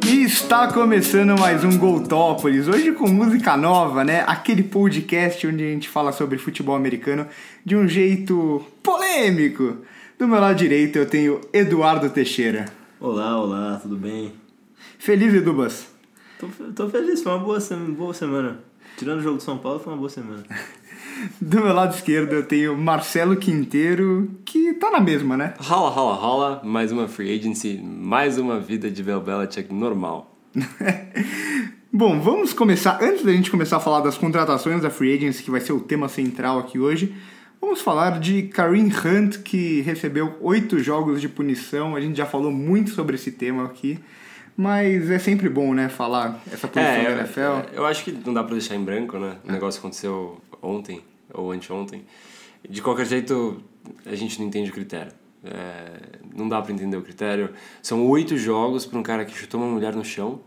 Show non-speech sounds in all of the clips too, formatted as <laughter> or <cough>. Está começando mais um Goltópolis, hoje com música nova, né? Aquele podcast onde a gente fala sobre futebol americano de um jeito polêmico. Do meu lado direito eu tenho Eduardo Teixeira. Olá, olá, tudo bem? Feliz, Edubas? Tô, fe- tô feliz, foi uma boa, sem- boa semana. Tirando o jogo de São Paulo, foi uma boa semana. Do meu lado esquerdo eu tenho Marcelo Quinteiro, que tá na mesma, né? Rala, rala, rala, mais uma free agency, mais uma vida de Bill Belichick normal. <laughs> Bom, vamos começar. Antes da gente começar a falar das contratações da Free Agents, que vai ser o tema central aqui hoje, vamos falar de Kareem Hunt, que recebeu oito jogos de punição. A gente já falou muito sobre esse tema aqui, mas é sempre bom, né, falar essa punição da NFL. É, eu, eu acho que não dá pra deixar em branco, né? É. O negócio aconteceu ontem, ou anteontem. De qualquer jeito, a gente não entende o critério. É, não dá pra entender o critério. São oito jogos pra um cara que chutou uma mulher no chão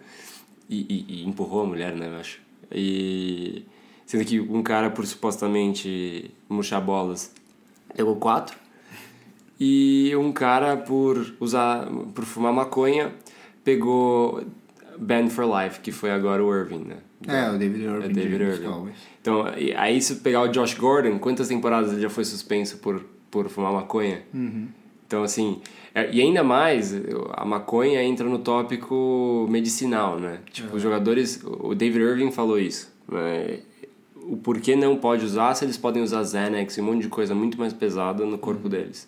e, e- e empurrou a mulher, né? Eu acho. E. Sendo que um cara, por supostamente murchar bolas, pegou quatro. E um cara por usar, por fumar maconha, pegou Ban for Life, que foi agora o Irving, né? É, o David Irving. É David de- dos Irving. Cowboys. Então, e- aí se pegar o Josh Gordon, quantas temporadas ele já foi suspenso por, por fumar maconha? Uhum. Então, assim, é- e ainda mais, eu- a maconha entra no tópico medicinal, né? Tipo, É. os jogadores, o David Irving falou isso, né? O porquê não pode usar, se eles podem usar Xanax e um monte de coisa muito mais pesada no corpo Uhum. deles.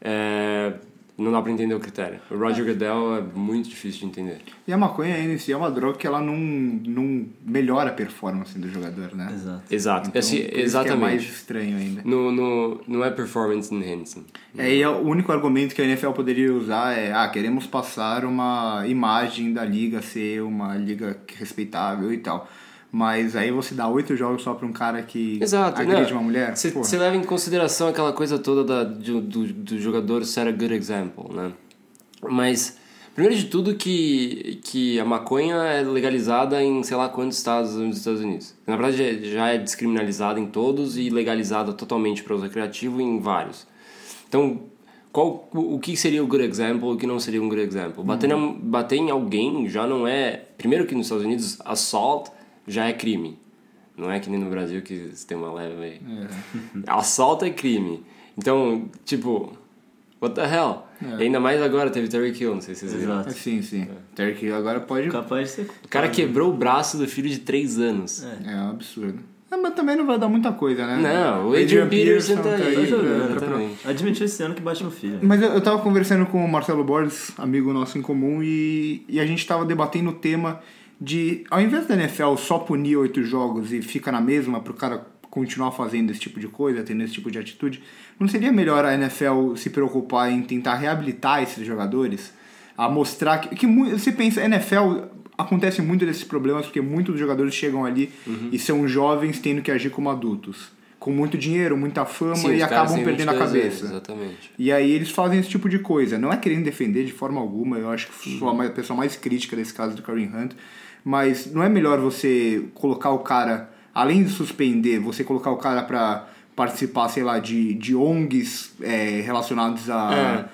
É, não dá pra entender o critério. O Roger Goodell é muito difícil de entender. E a maconha ainda em si é uma droga que ela não, não melhora a performance do jogador, né? Exato. Exato. Então, Assim, por isso que exatamente. é mais estranho ainda. No, no, não é performance enhancing. É, e o único argumento que a NFL poderia usar é: ah, queremos passar uma imagem da liga ser uma liga respeitável e tal. Mas aí você dá oito jogos só pra um cara que Exato. né? agride não. uma mulher? Você Porra. você leva em consideração aquela coisa toda da, do, do, do jogador ser a good example, né? Mas, primeiro de tudo, que, que a maconha é legalizada em sei lá quantos estados nos Estados Unidos. Na verdade, já já é descriminalizada em todos e legalizada totalmente para uso recreativo em vários. Então, qual, o o que seria o good example e o que não seria um good example? Bater, na- bater em alguém já não é... Primeiro que nos Estados Unidos, assault já é crime. Não é que nem no Brasil que tem uma leve... Assalto é crime. Então, tipo... What the hell? É. E ainda mais agora teve Terry Kill, não sei se vocês viram. Exato. Sim, sim. Terry Hill agora pode. É Capaz de ser. O cara quebrou o braço do filho de 3 anos. É. um absurdo. Ah, mas também não vai dar muita coisa, né? Não, o Adrian Peterson tá aí. Tá aí, jogando, né? exatamente. Admitiu esse ano que bate no filho. Mas eu, eu tava conversando com o Marcelo Borges, amigo nosso em comum, e, e a gente tava debatendo o tema de, ao invés da NFL só punir oito jogos e fica na mesma pro cara continuar fazendo esse tipo de coisa, tendo esse tipo de atitude, não seria melhor a NFL se preocupar em tentar reabilitar esses jogadores? A mostrar que, que mu- você pensa, NFL acontece muito desses problemas porque muitos dos jogadores chegam ali Uhum. e são jovens tendo que agir como adultos. Com muito dinheiro, muita fama Sim, os e caras acabam têm perdendo a 22 cabeça. anos, exatamente. E aí eles fazem esse tipo de coisa. Não é querendo defender de forma alguma, eu acho que sou a mais- a pessoa mais crítica desse caso do Kareem Hunt. Mas não é melhor você colocar o cara, além de suspender, você colocar o cara pra participar, sei lá, de, de ONGs é, relacionados a.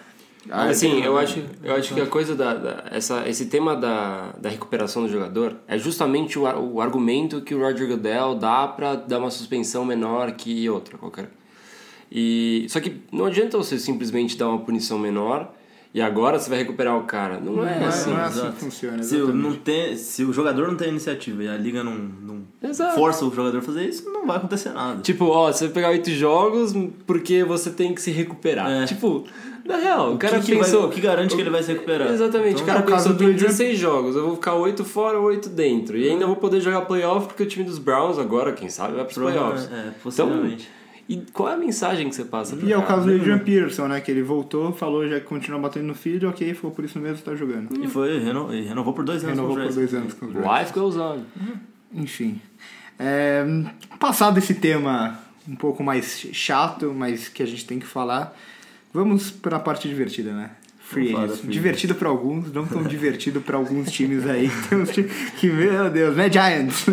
a- assim, eu acho, eu acho que Uhum. a coisa da, da- essa, esse tema da, da recuperação do jogador é justamente o, ar- o argumento que o Roger Goodell dá pra dar uma suspensão menor que outra qualquer. E só que não adianta você simplesmente dar uma punição menor e agora você vai recuperar o cara. Não, é, não é- assim. não é assim Exato. que funciona, Se o, exatamente. não tem, se o jogador não tem iniciativa e a liga não, não Exato. força o jogador a fazer isso, não vai acontecer nada. Tipo, ó, você vai pegar oito jogos porque você tem que se recuperar. É. Tipo, na real, o, o cara que, que vai- pensou. o que garante que Então, ele vai se recuperar? Exatamente, o cara é o caso pensou, do tem Adrian- 16 jogos, eu vou ficar 8 fora, 8 dentro. E ainda vou poder jogar playoff porque o time dos Browns agora, quem sabe, vai pros playoffs. É, então, possivelmente. e qual é a mensagem que você passa pro E é o cara? caso do Adrian Peterson, né? Que ele voltou, falou já que continua batendo no filho, ok, ficou por isso mesmo, tá jogando. Então, E foi, reno- e renovou por dois anos. Renovou com o por Jackson. dois anos com o Giants. Life goes on. Enfim. É, passado esse tema um pouco mais chato, mas que a gente tem que falar, vamos para a parte divertida, né? Free Vamos falar da agents. free Divertido para alguns, não tão divertido para alguns times aí. <laughs> que tem uns times que, meu Deus, né, <laughs> Giants?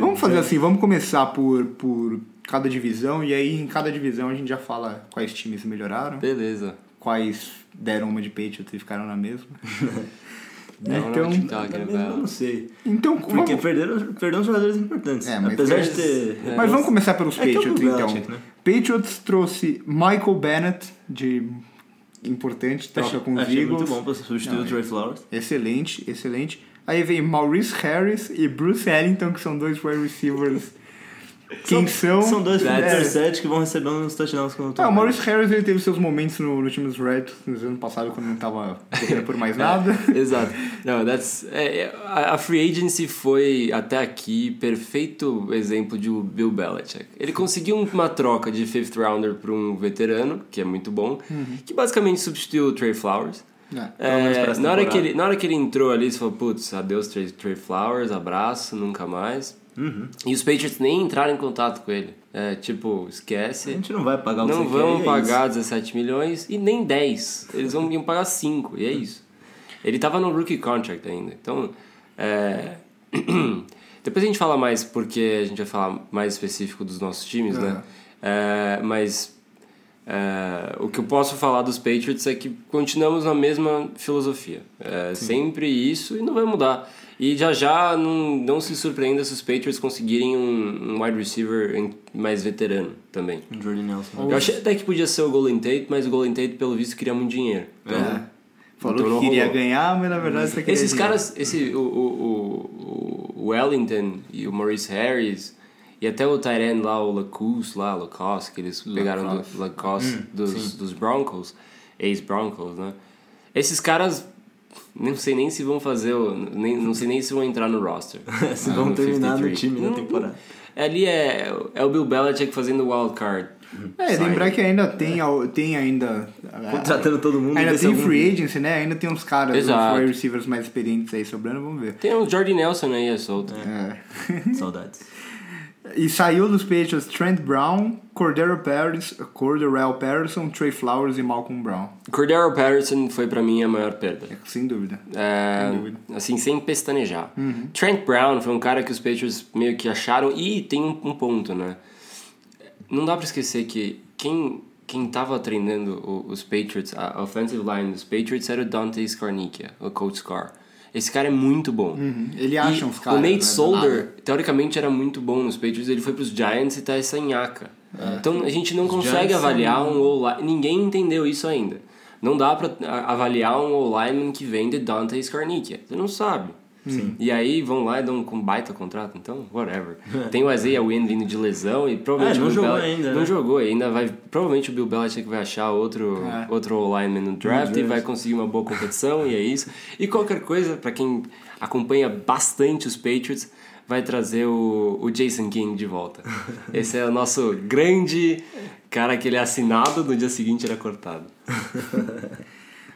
vamos fazer assim, vamos começar por, por cada divisão, e aí em cada divisão a gente já fala quais times melhoraram Beleza. quais deram uma de Patriots e ficaram na mesma. Não, Então- não, TikTok, Também Tá, eu não sei. Então, Porque vamos- perderam, perderam os jogadores importantes. É, mas Apesar eles- de ter. mas vamos começar pelos É que é o Patriots, então. Belichick, né? Patriots trouxe Michael Bennett, de importante, troca achei, com os achei muito Eagles. bom pra substituir Não, é. o Trey Flowers. Excelente, excelente. Aí vem Maurice Harris e Bruce Ellington, que são dois wide <laughs> receivers. Quem são? São dois É. intercepts que vão receber uns touchdowns quando Ah, o Maurice Harris ele teve seus momentos no, no time dos Reds no ano passado, quando não tava correndo por <laughs> É. mais nada. É, <laughs> Exato. Não, that's, é, é, a a free agency foi até aqui perfeito exemplo de o Bill Belichick. Ele conseguiu uma troca de fifth rounder para um veterano, que é muito bom, que basicamente substituiu o Trey Flowers. É. Uhum. Pelo menos É, pra essa na, hora que temporada. ele, na hora que ele entrou ali, você falou, putz, adeus Trey, Trey Flowers, abraço, nunca mais. Uhum. E os Patriots nem entraram em contato com ele. É, tipo, esquece. A gente não vai pagar o que Não você vão quer, e é pagar 17 milhões e nem 10. Eles vão iam pagar 5, e é isso. Ele tava no rookie contract ainda. Então, é... <clears throat> depois a gente fala mais, porque a gente vai falar mais específico dos nossos times, né? É, mas é, o que eu posso falar dos Patriots é que continuamos na mesma filosofia. É, sempre isso e não vai mudar. E já já não, não se surpreenda se os Patriots conseguirem um, um wide receiver em- mais veterano também. isso. Um Jordan Nelson. Eu achei até que podia ser o Golden Tate, mas o Golden Tate, pelo visto, queria muito dinheiro. Então, É. Falou Então não que queria rolou. ganhar, mas na verdade você queria Esses dinheiro. caras, esse, o, o, o, o Wellington e o Maurice Harris, e até o Tyrion lá, o Lacus lá, Lacoste, que eles pegaram do, Lacoste Hum, dos, dos Broncos, ex-Broncos, né? Esses caras, não sei nem se vão fazer, o- nem, não sei nem se vão entrar no <laughs> roster. Se Ah, vão no terminar no 53. time Não- na não- temporada. Ali é, é o Bill Belichick fazendo wild card. É, lembrar que ainda tem, ao- tem ainda. Contratando todo mundo. Hum. Ainda ver se tem algum- free agency, né? Ainda tem uns caras, uns Exato. wide receivers mais experientes aí sobrando, vamos ver. Tem o Jordy Nelson aí, é solto. É. Saudades. E saiu dos Patriots Trent Brown, Cordero Paris, Corderell Patterson, Trey Flowers e Malcolm Brown. Cordero Patterson foi pra mim a maior perda. É, Sem dúvida. É, Sem dúvida. Uhum. assim, sem pestanejar. Trent Brown foi um cara que os Patriots meio que acharam. E tem um, um ponto, né? Não dá pra esquecer que quem, quem tava treinando o- os Patriots, a offensive line dos Patriots, era o Dante Scarnicchia, o Coach Scar. Esse cara é muito bom. Uhum. Ele E acha uns caras. O né, Nate do Solder, teoricamente, era muito bom nos Patriots. Ele foi pros Giants e tá essa nhaca. Então a gente não consegue É. Giants são- avaliar um O-line. Ninguém entendeu isso ainda. Não dá pra a- avaliar um O-lineman que vem de Dante Scarnicchia. Você não sabe. E aí vão lá e dão um baita contrato, então, <laughs> whatever. Tem o Isaiah Wynn vindo de lesão e provavelmente É, não o Bill jogou Bel- ainda, Não né? jogou e ainda vai. Provavelmente o Bill Belichick vai achar outro, É. outro O-lineman no draft draft e vai conseguir uma boa competição e é isso. E qualquer coisa, pra quem acompanha bastante os Patriots, vai trazer o, o Jason King <laughs> de volta. Esse é o nosso grande cara que ele é assinado, no dia seguinte ele é cortado. lado.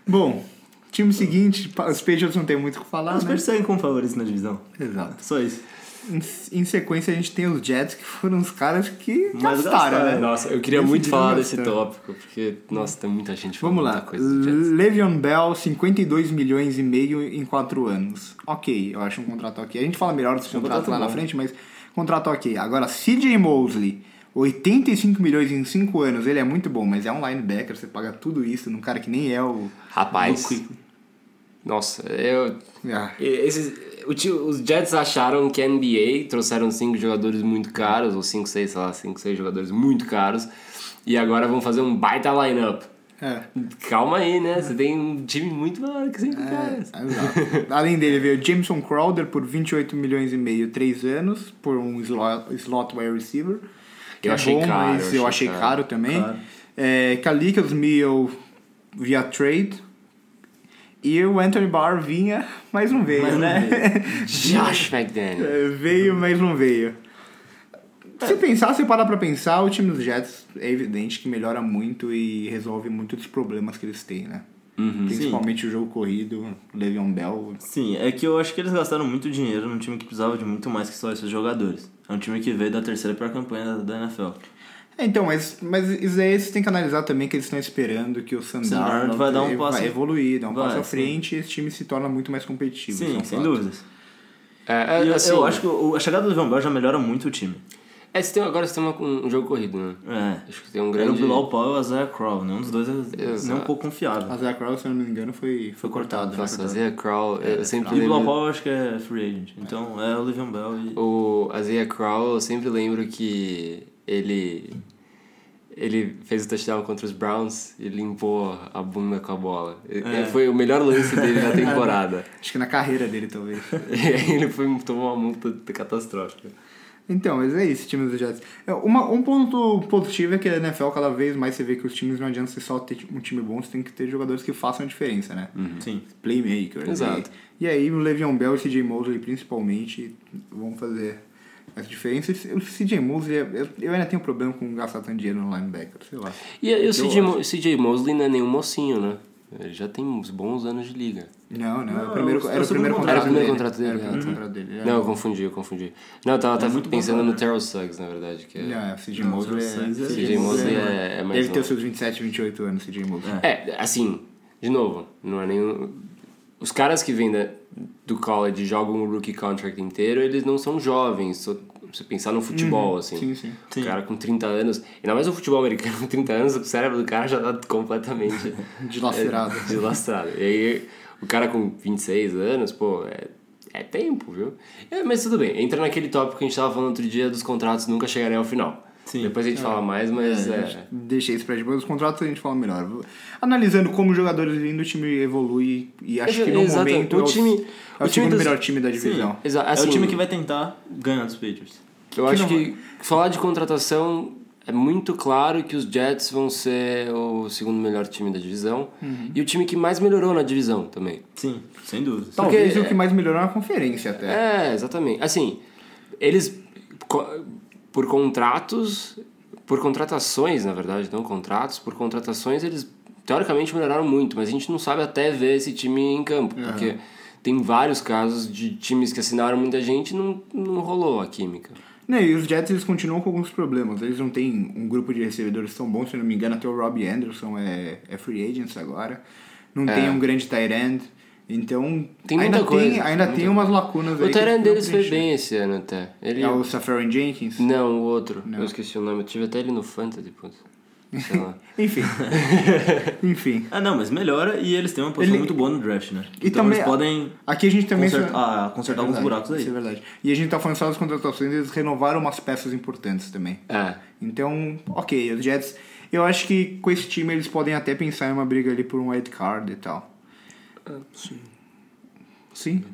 Bom, time seguinte, pa- os Patriots não tem muito o que falar, Os né? Patriots saem como favoritos na divisão. Exato. Só isso. Em, em sequência, a gente tem os Jets, que foram os caras que gastaram, Mas gastaram, né? Nossa, eu queria Esse muito dia falar não é. desse está. tópico, porque, nossa, tem muita gente falando Vamos muita lá. coisa do Jets. Le'Veon Bell, 52 milhões e meio em 4 anos. Ok, eu acho um contrato ok. A gente fala melhor desse contrato contrato lá na bom. frente, mas contrato ok. Agora, CJ Mosley, 85 milhões em 5 anos. Ele é muito bom, mas é um linebacker, você paga tudo isso num cara que nem é o... Rapaz, nossa, eu, Ah, E Esses, o ti- os Jets acharam que a NBA trouxeram cinco jogadores muito caros, ou cinco, seis, sei lá, cinco, seis jogadores muito caros, e agora vão fazer um baita lineup. é. Calma aí, né? Você tem um time muito maior que cinco caras. É, exato. Além dele, veio Jameson Crowder por 28 milhões e meio, 3 anos, por um slot, slot wide receiver. que Eu é achei bom, caro, mas eu achei caro, também. Caro. É, Calicas Mio via trade. E o Anthony Barr vinha, mas não veio, não né? <laughs> Josh McDaniel. É, veio, mas não veio. Se É. pensar, se parar pra pensar, o time dos Jets é evidente que melhora muito e resolve muito dos problemas que eles têm, né? Uhum, Principalmente o jogo corrido, o Le'Veon Bell, Sim, é que eu acho que eles gastaram muito dinheiro num time que precisava de muito mais que só esses jogadores. É um time que veio da terceira pra campanha da, da NFL. É, Então, mas, mas isso aí você tem que analisar também que eles estão esperando que o Sam Sam Darnold Darnold vai dar um passo- vai evoluir, dar um vai, passo à sim. frente e esse time se torna muito mais competitivo. isso é Sim, um sem fato. dúvidas. É, é, E eu, assim, eu acho que o- a chegada do Van Bell já melhora muito o time. É, você tem, agora você tem uma- um jogo corrido, né? É. Acho que tem um Era o grande... Bilal Powell e é o Isaiah Crow. Nenhum dos dois é nem Exato. Ah, um pouco confiável. A Zé Crow, se eu não me engano, foi, foi cortado. né? Nossa, Isaiah Crowell, eu sempre E o Bilal lembro... Powell eu acho que é free agent. Então é o Livion Bell e. O Isaiah Crowell, eu sempre lembro que ele... Ele fez o touchdown contra os Browns e limpou a bunda com a bola. E- É. Foi o melhor lance dele <laughs> da temporada. <laughs> Acho que na carreira dele, talvez. ele foi, tomou uma multa catastrófica. Então, mas é isso, time dos Jets. É, Uma, um ponto positivo é que a NFL cada vez mais você vê que os times não adianta você só ter um time bom, você tem que ter jogadores que façam a diferença, né? Uhum. Sim. Playmakers. Exato. E, e aí o Le'Veon Bell e o CJ Mosley principalmente vão fazer essa diferença. E O CJ Mosley, eu, eu ainda tenho problema com gastar tanto dinheiro no linebacker, sei lá. E, e o CJ, acho. Mo- CJ Mosley não é nenhum mocinho, né? Ele já tem uns bons anos de liga. Não, não, Não, é o primeiro, é o era o segundo primeiro contrato. contrato Era o primeiro dele. é. Uhum. contrato dele, Era o primeiro ah, tá. contrato dele. Não, eu confundi, eu confundi. Não, eu tava, é tava muito bom pensando jogador. no Terrell Suggs, na verdade. Que é... Não, é, o CJ Não, Mosley o é... CJ CJ Mosley é- é mais Deve ter novo. os seus 27, 28 anos, CJ Mosley. É, assim, de novo, não é nenhum. Os caras que vêm da- do college e jogam o rookie contract inteiro, eles não são jovens. só- Se pensar no futebol, assim. Sim, sim. Uhum, Sim. O cara com 30 anos, ainda mais no futebol americano com 30 anos, o cérebro do cara já tá <laughs> completamente <laughs> Dilacerado. é, dilacerado. E aí, o cara com 26 anos, pô, é, é tempo, viu? É, mas tudo bem, entra naquele tópico que a gente tava falando outro dia dos contratos nunca chegarem ao final. Sim. Depois a gente fala mais, mas é, Deixei isso pra depois dos contratos, a gente fala melhor. Analisando como os jogadores vindo, o time evolui e acho que no Exato. momento O é o, time- é o, o time segundo dos- melhor time da divisão. Exa- é assim- o time que vai tentar ganhar dos Patriots. Eu acho não que falar de contratação é muito claro que os Jets vão ser o segundo melhor time da divisão Uhum. e o time que mais melhorou na divisão também. Sim, sem dúvida. Talvez Porque- o que mais melhorou na conferência até. É, exatamente. Assim, eles co- por contratos, por contratações, na verdade, não contratos, por contratações eles teoricamente melhoraram muito, mas a gente não sabe até ver esse time em campo, porque tem vários casos de times que assinaram muita gente e não, não rolou a química. Não, Né, e os Jets eles continuam com alguns problemas. Eles não têm um grupo de recebedores tão bom, se eu não me engano, até o Robbie Anderson é, é free agent agora. Não tem um grande tight end. Então, É. Tem ainda muita tem, coisa, ainda muita tem umas lacunas aí. O que eles Tyrant deles foi Hum. precisam bem esse ano até. Ele... preencher. É o Safarian Jenkins. Não, o outro. Eu esqueci o nome. Eu tive até ele no Fantasy, pô. <laughs> Sei lá. <laughs> Enfim. Enfim. Ah, não, mas melhora e eles têm uma posição Ele- muito boa no draft, né? E então também- eles podem Aqui a gente também... consertar, ah, consertar alguns verdade, buracos Isso é aí. verdade. E a gente tá falando só das contratações, eles renovaram umas peças importantes também. É. Então, ok, os Jets. Eu acho que com esse time eles podem até pensar em uma briga ali por um wild card e tal. É, Sim.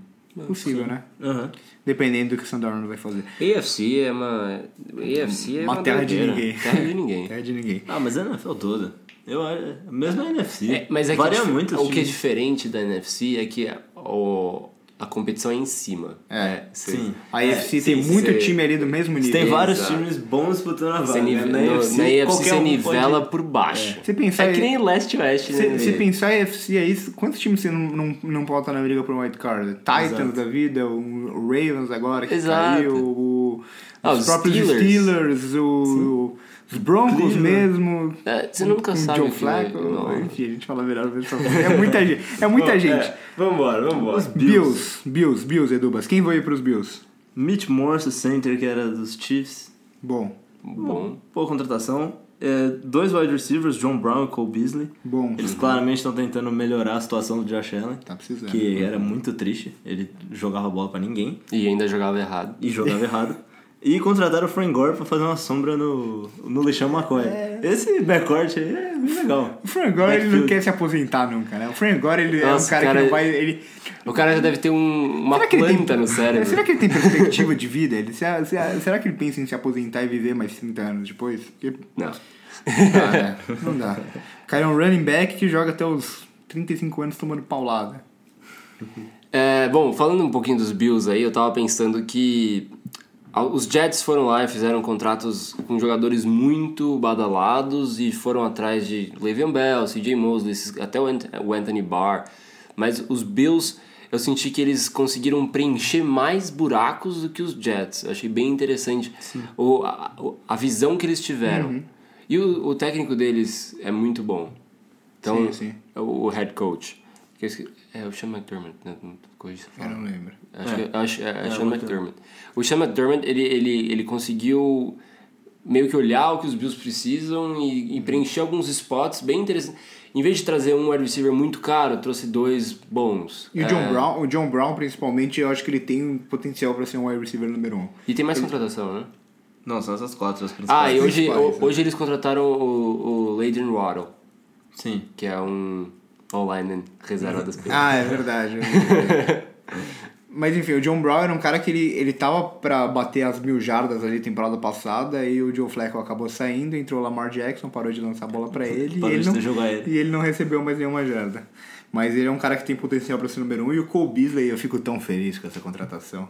Possível, né? Aham. Dependendo do que o Sandorno vai fazer. AFC é uma. AFC é Uma uma, terra de doideira. ninguém. Terra de <laughs> ninguém. É de ninguém. Ah, mas é a NFL toda. Eu, é, mesmo a NFC. É, mas é que Varia dif- muito o os que é times. diferente da NFC é que a- o, a competição é em cima. É, cê- sim. A É, EFC sim, tem muito sim. time ali do mesmo nível. Tem vários Exato. times bons disputando a vaga. cê É, nive- né? no- Na AFC, você um nivela pode- por baixo. Se pensar é que em- nem leste e oeste, né? Se, se pensar em EFC aí, quantos times você não, não, não pode estar na briga por um wild card? Titans Exato. da vida, o Ravens agora que Exato. caiu, o, Ah, os, os próprios Steelers, Steelers. o- os Broncos mesmo. É, você nunca sabe John o que Flacco, vai- não. enfim, a gente fala melhor. mas só- É muita gente. É <laughs> muita gente. Vambora, vambora. Os Bills, Bills, Bills, Edubas. Quem vai ir pros Bills? Mitch Morse, o center, que era dos Chiefs. Bom, Bom. Boa contratação. É, dois wide receivers, John Brown e Cole Beasley. bom. Eles claramente estão tentando melhorar a situação do Josh Allen, Tá precisando. que era muito triste. Ele jogava bola pra ninguém E ainda jogava errado. e jogava <laughs> errado. E contrataram o Frank Gore pra fazer uma sombra no, no Lixão McCoy. É. Esse backcourt aí é bem legal. O Frank Gore ele não Backfield. quer se aposentar nunca, né? O Frank Gore ele é um Nossa, cara, cara, que não vai. Ele, O cara já deve ter um- uma Será que ele tem- planta no cérebro. Será que <laughs> ele tem perspectiva de vida? Ele, será, será, será que ele pensa em se aposentar e viver mais 30 anos depois? Porque não Não. dá, né? Não dá. O cara é um running back que joga até os 35 anos tomando paulada. É, bom, falando um pouquinho dos Bills aí, eu tava pensando que a- os Jets foram lá e fizeram contratos com jogadores muito badalados e foram atrás de Le'Veon Bell, CJ Mosley, esses- até o Ant- o Anthony Barr. Mas os Bills, eu senti que eles conseguiram preencher mais buracos do que os Jets. Eu achei bem interessante o, a, o- a visão que eles tiveram. Uhum. E o, o técnico deles é muito bom. Então, Sim, sim. é o o head coach. Que eu esque- É, o Sean McDermott, né? Não corrija se eu Eu falar. não lembro. Acho que é, acho- é, é Sean o McDermott. O Sean McDermott, ele, ele, ele conseguiu meio que olhar o que os Bills precisam e, e preencher alguns spots bem interessantes. Em vez de trazer um wide receiver muito caro, trouxe dois bons. E o John, Brown, o John Brown, principalmente, eu acho que ele tem um potencial para ser um wide receiver número um. E tem mais contratação, né? Não, são essas quatro as Ah, principais. e hoje, principais, o- hoje eles contrataram o, o Ladron Waddle, Sim. que é um online reserva das <laughs> pessoas. Ah, é verdade. Mas enfim, o John Brown era um cara que ele, ele tava pra bater as mil jardas ali temporada passada e o Joe Flacco acabou saindo, entrou o Lamar Jackson, parou de lançar a bola pra ele, e Parou ele, de não, jogar ele. e ele não recebeu mais nenhuma jarda. Mas ele é um cara que tem potencial pra ser número um e o Cole Beasley, eu fico tão feliz com essa contratação.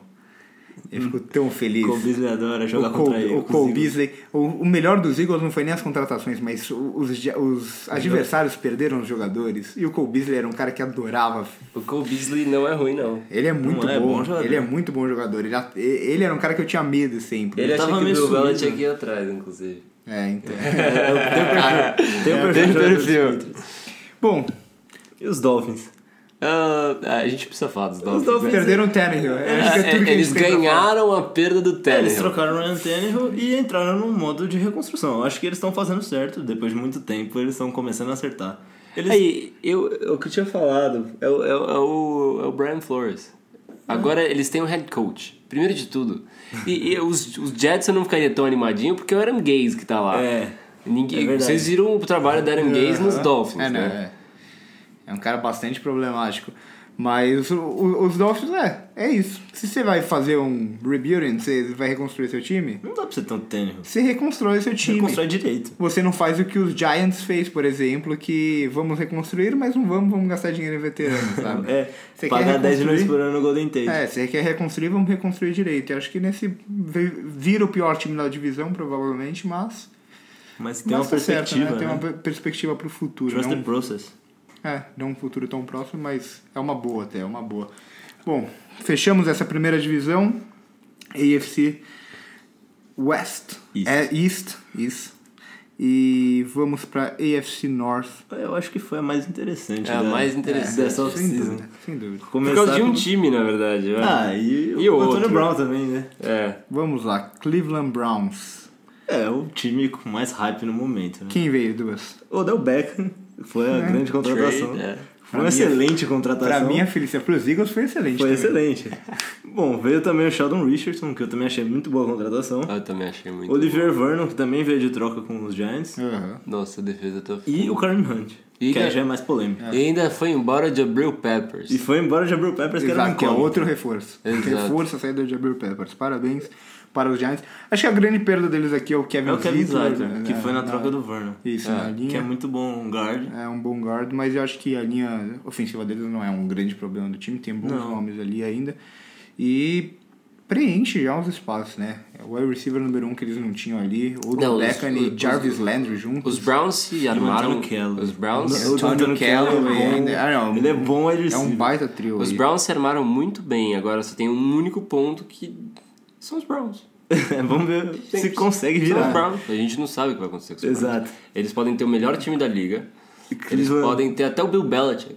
Eu fico tão feliz. Cole Beasley adora jogar o contra Cole, ele. o Cole Beasley. O, o melhor dos Eagles não foi nem as contratações, mas o- os, ja- os adversários perderam os jogadores. E o Cole Beasley era um cara que adorava. <laughs> O Cole Beasley não é ruim, não. Ele é muito é, bom. bom jogador. ele é muito bom jogador. Ele, a- e- ele era um cara que eu tinha medo sempre. Ele tava achou que o meio Bill sumido. Belichick ia atrás, inclusive. É, <laughs> então. <laughs> um Tem o perfil. jogador dos Patriots. bom, E os Dolphins? Ah, a gente precisa falar dos Dolphins. Ah, Dolphins- perderam o Tannehill. Eu acho que é tudo que a eles gente tem pra falar. ganharam a perda do Eles Tannehill. trocaram o Ryan Tannehill e entraram num modo de reconstrução. Eu acho que eles estão fazendo certo. Depois de muito tempo, eles estão começando a acertar. Eles... Aí, eu, o que eu tinha falado é, o- é o- é o, é o Brian Flores. Agora eles têm um head coach, primeiro de tudo. E, e os, os Jets eu não ficaria tão animadinho porque é o Aaron Gaze que tá lá. É. É Ninguém, verdade. vocês viram o trabalho do Aaron Gaze nos Aham. Dolphins, É, não, né? É. É um cara bastante problemático. Mas o- o- os Dolphins, é, é isso. Se você vai fazer um rebuilding, você vai reconstruir seu time, Não dá pra você ter um Tannehill. você reconstrói seu time. Reconstrói direito. Você não faz o que os Giants fez, por exemplo, que vamos reconstruir, mas não vamos, vamos gastar dinheiro em <laughs> veterano, sabe? É, Você pagar quer 10 milhões reconstruir? por ano no Golden Tate. É, você quer reconstruir, vamos reconstruir direito. Eu acho que nesse vi- vira o pior time da divisão, provavelmente, mas Mas tem mas uma tá certo, perspectiva, né? Tem uma né? Tipo, per- perspectiva pro futuro, Trust não the process. é, não um futuro tão próximo, mas é uma boa até, é uma boa. Bom, fechamos essa primeira divisão. AFC West. East. É, East, isso. E vamos para AFC North. É, Eu acho que foi a mais interessante. É a da- mais interessante. Dessa Sem off-season. dúvida, sem dúvida. Por Começar causa de um com- time, na verdade. vai. Ah, e, E o outro. Antônio Brown também, né? É. Vamos lá, Cleveland Browns. É, o time com mais hype no momento, né? Quem veio duas? O Odell Beckham foi a grande contratação. Trade, é. Foi uma excelente Pra contratação. mim, a felicidade pros Eagles foi excelente. foi também. excelente. <laughs> Bom, veio também o Sheldon Richardson, que eu também achei muito boa a contratação. Eu também achei Ah, muito. Olivier Vernon, que também veio de troca com os Giants. Aham. bom. Nossa, a defesa tá. E o Karen Hunt, E que que- aí já é mais polêmico. E ainda foi embora de Abril Peppers. E foi embora de Abreu Peppers, que era um Exato, que é incógnito. outro reforço. Exato. Reforço a saída de Abril Peppers. Parabéns para os Giants. Acho que a grande perda deles aqui é o Kevin É o Kevin Zeitler, Zeitler, que né? foi na troca do Vernon. Isso, na linha. Que é muito bom um guard. É um bom guard, mas eu acho que a linha ofensiva deles não é um grande problema do time, tem bons nomes ali ainda. E preenche já os espaços, né? O wide receiver número um que eles não tinham ali, o do Não, os- Beckham e os- Jarvis Landry juntos. Os Browns se armaram. Antonio Callaway. Os Browns. o Antonio Antonio Callaway Callaway é bom. ainda. Ah, não, Ele é bom wide É um receiver. <laughs> baita trio. Os aí. Browns se armaram muito bem, agora só tem um único ponto que são os Browns. É, Vamos ver se consegue São os virar. Browns. A gente não sabe o que vai acontecer com os Exato. Browns. Eles podem ter o melhor time da liga. Eles Cleveland- podem ter até o Bill <laughs> Belichick.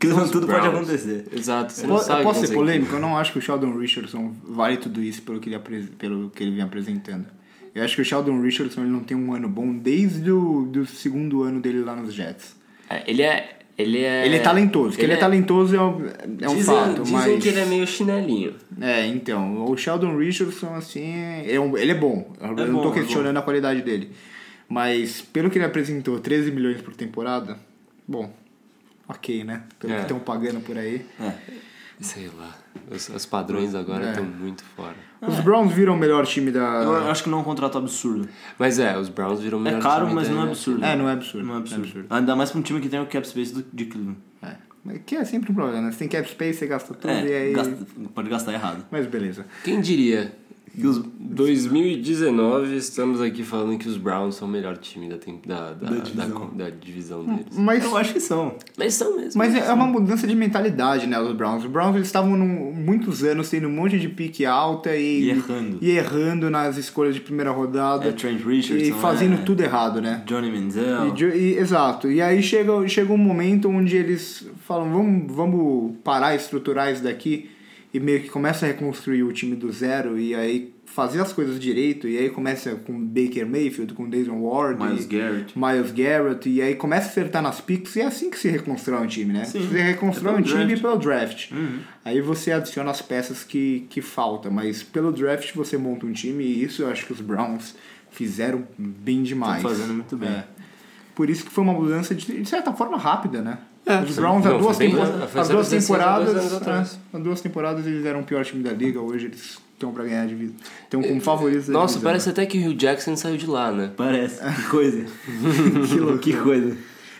Cleveland, tudo pode Browns. acontecer. Exato. Você Po- não sabe é. o posso que ser aconteceu. polêmico? Eu não acho que o Sheldon Richardson vale tudo isso pelo que ele, apres- pelo que ele vem apresentando. Eu acho que o Sheldon Richardson ele não tem um ano bom desde o do segundo ano dele lá nos Jets. É, ele é. Ele é. Ele é talentoso. Que ele, é talentoso é um, é um dizem, fato, dizem mas... que ele é meio chinelinho. É, então, o Sheldon Richardson, assim, é um- ele é bom. Eu É não bom, tô é questionando a qualidade dele. Mas, pelo que ele apresentou, 13 milhões por temporada, bom, ok, né? Pelo É. que estão pagando por aí. É. Sei lá. Os, os padrões agora É. estão muito fora. Os Browns viram o melhor time Eu da... acho que não é um contrato absurdo. Mas é, os Browns viram o melhor É caro, time mas da não é NFL. absurdo. É, não é absurdo. Não é absurdo. Ainda mais pra um time que tem o cap space do, de Cleveland. É. Mas Que é sempre um problema, né? Você tem cap space, você gasta tudo Então, e É, aí... gasta- pode gastar errado. Mas beleza. Quem diria? E os 2019 estamos aqui falando que os Browns são o melhor time da, tem- da, da, da- divisão. da divisão deles. Mas... Eu acho que são. Mas são mesmo. Mas é uma mudança de mentalidade, né, dos Browns. Os Browns eles estavam num- muitos anos tendo um monte de pique alta e, E errando. e errando nas escolhas de primeira rodada É, Trent Richardson, e fazendo é. tudo errado, né? Johnny Manziel. E de- e- exato. E aí chega, chega um momento onde eles falam, vamos, vamos parar, estruturar isso daqui e meio que começa a reconstruir o time do zero e aí fazer as coisas direito e aí começa com Baker Mayfield, com Dayton Ward, Miles e- Garrett. Miles Garrett e aí começa a acertar nas picks e é assim que se reconstrói um time, né? Sim. Você reconstrói É um pelo time draft. pelo draft. Uhum. Aí você adiciona as peças que, que falta, mas pelo draft você monta um time e isso eu acho que os Browns fizeram bem demais. fazendo muito bem. É. Por isso que foi uma mudança de, de certa forma rápida, né? É. os Browns há Não, foi duas, bem- tempo- foi há duas 0-16 há dois temporadas. anos atrás. é, há duas temporadas eles eram o pior time da liga, hoje eles estão pra ganhar a divisão. Estão Um como favoritos da É, Nossa, divisão, né? né? parece até que o Hugh Jackson saiu de lá, né? Parece. Que coisa. <laughs> Que loucura. que coisa.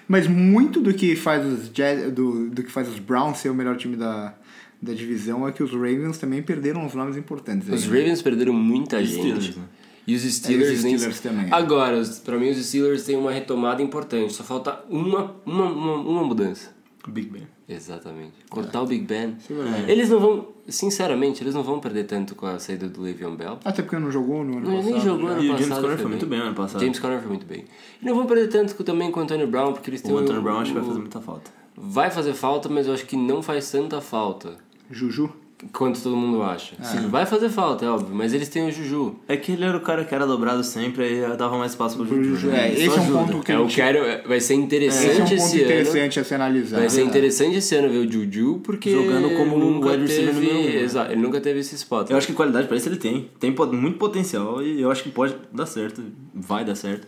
Mas muito do que faz os Jet- do, do que faz os Browns ser o melhor time da, da divisão é que os Ravens também perderam os nomes importantes. aí, Os né? Ravens perderam muita Os gente. Steelers, né? E os Steelers, É, e os nem- Steelers também. Agora, os- pra mim, os Steelers têm uma retomada importante. Só falta uma, uma, uma, uma mudança. Big Ben. Exatamente. Cortar o Big Ben. Isso é verdade. Eles não vão, sinceramente, eles não vão perder tanto com a saída do Le'Veon Bell. Até porque não jogou no ano Não, ele passado. nem jogou né? ano E o passado. James Conner foi muito bem ano passado. James Conner foi muito bem. E não vão perder tanto com- também com o Antonio Brown, porque eles têm O Antonio Brown acho que vai o- fazer muita falta. vai fazer falta, mas eu acho que não faz tanta falta Juju. quanto todo mundo acha. Sim, vai fazer falta, é óbvio, mas eles têm o Juju. É que ele era o cara que era dobrado sempre, aí dava mais espaço pro Pro Juju. Juju, né? é, Isso esse é um ajuda. ponto que Eu eu tinha- quero, vai ser interessante esse é um ponto esse ano. interessante a se analisar. Vai ser É. interessante esse ano ver o Juju, porque. Jogando como um nunca wide receiver teve, número um, né? Exato, ele nunca teve esse spot. Eu acho que qualidade pra isso ele tem. Tem po- muito potencial e eu acho que pode dar certo. Vai dar certo.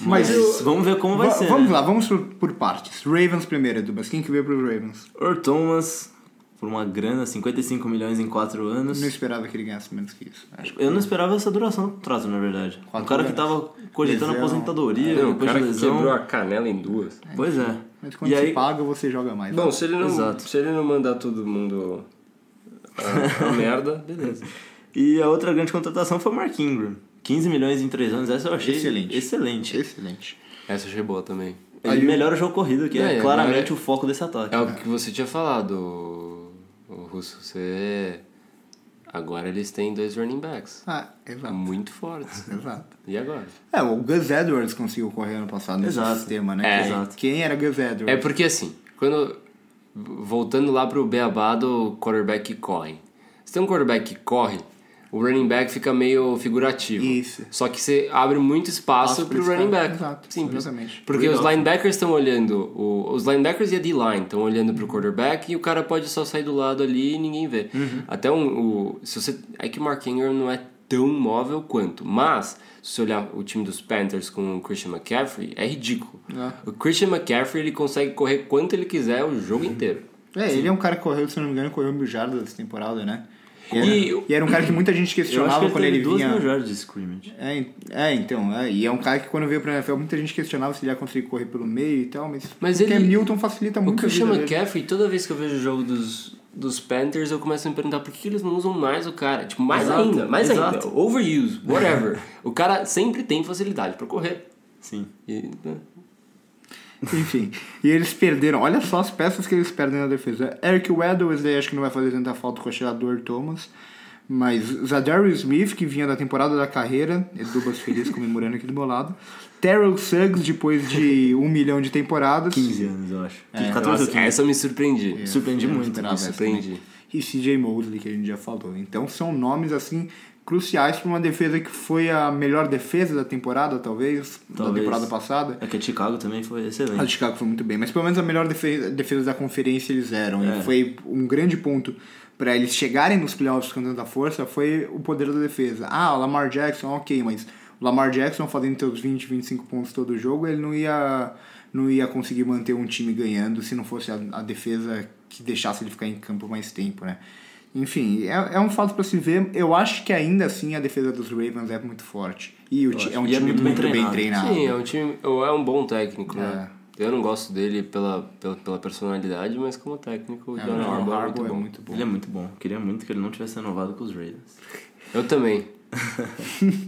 Mas Mas, eu- vamos ver como vai Va- ser. vamos né? lá, vamos por, por partes. Ravens primeiro, Dubas. Quem que veio pros Ravens? Earl Thomas, por uma grana, 55 milhões em 4 anos. Não esperava que ele ganhasse menos que isso. Acho que Eu não esperava essa duração do contrato, na verdade. um Quatro cara que anos. tava cogitando Lesão. aposentadoria, Não, É, o depois cara de que lesão. quebrou a canela em duas. Pois é. Mas quando E se aí, paga, você joga mais. Bom, se ele não, Exato. se ele não mandar todo mundo ah, <laughs> a, a merda, beleza. e a outra grande contratação foi o Mark Ingram. 15 milhões em 3 anos, essa eu achei Excelente. excelente. Excelente. Essa achei boa também. Ele Aí o- melhora o jogo corrido, que É, é, agora claramente é- o foco desse ataque. É o que você tinha falado, o- o Russo. Você. Agora eles têm dois running backs. Ah, é exato. Muito fortes. Exato. E agora? É, o Gus Edwards conseguiu correr ano passado nesse Exato. sistema, É. né? Quem- Exato. Quem era Gus Edwards? É porque assim, quando. Voltando lá pro beabá do quarterback que corre. Se tem um quarterback que corre, o running back fica meio figurativo. Isso. Só que você abre muito espaço Espaço pro pra running esse cara. back. Exato, Simples. exatamente. Porque os Verdade. linebackers estão olhando. o- os linebackers e a D-line estão olhando pro quarterback e o cara pode só sair do lado ali e ninguém vê. Uhum. Até um, o. Se você, é que o Mark Ingram não é tão móvel quanto. Mas, se você olhar o time dos Panthers com o Christian McCaffrey, é ridículo. É. O Christian McCaffrey ele consegue correr quanto ele quiser o jogo inteiro. É, ele é um cara que correu, se não me engano, correu mil jardas essa temporada, né? E era, E- e era um cara que muita gente Eu acho questionava que ele quando teve ele duas vinha. mil jardas de scrimmage. É, en- é, então, é, e é um cara que quando veio pra NFL, muita gente questionava se ele ia conseguir correr pelo meio e tal, mas, Mas o Cam ele- Newton facilita O muito a Christian vida dele. McCaffrey, toda vez que eu vejo o jogo dos, dos Panthers, eu começo a me perguntar por que eles não usam mais o cara. Tipo, mais Exato, ainda, mais exato. ainda. Overuse, whatever. <laughs> o cara sempre tem facilidade pra correr. Sim. E, né? Enfim, e eles perderam, olha só as peças que eles perdem na defesa. Eric Weddle, esse daí acho que não vai fazer tanta falta com a chegada do Earl Thomas. Mas Zadarius Smith, que vinha da temporada da carreira, Edubas Feliz comemorando aqui do meu lado. Terrell Suggs, depois <laughs> de um milhão de temporadas. 15 anos, eu acho. É, 14 ou Nossa, 15. essa eu me surpreendi. É, Surpreendi eu não muito, esperava me essa, né? surpreendi. E CJ Mosley, que a gente já falou. Então são nomes assim cruciais para uma defesa que foi a melhor defesa da temporada, talvez, da Talvez. temporada passada. É que a Chicago também foi excelente. A de Chicago foi muito bem, mas pelo menos a melhor defesa, defesa da conferência eles eram. É. E foi um grande ponto para eles chegarem nos playoffs com tanta força foi o poder da defesa. Ah, o Lamar Jackson, ok, mas o Lamar Jackson fazendo seus 20, 25 pontos todo jogo, ele não ia, não ia conseguir manter um time ganhando se não fosse a, a defesa que deixasse ele ficar em campo mais tempo, né? Enfim, é, é um fato para se ver. Eu acho que ainda assim a defesa dos Ravens é muito forte. E o ti- é um E é time muito muito, bem bem treinado. treinado. Sim, é um time. ou É um bom técnico, né? É. Eu não gosto dele pela, pela, pela personalidade, mas como técnico, o É, John o Harbaugh é muito Harbaugh é bom. muito bom. Ele é muito bom. Queria muito que ele não tivesse renovado com os Raiders. é- Eu <laughs> também.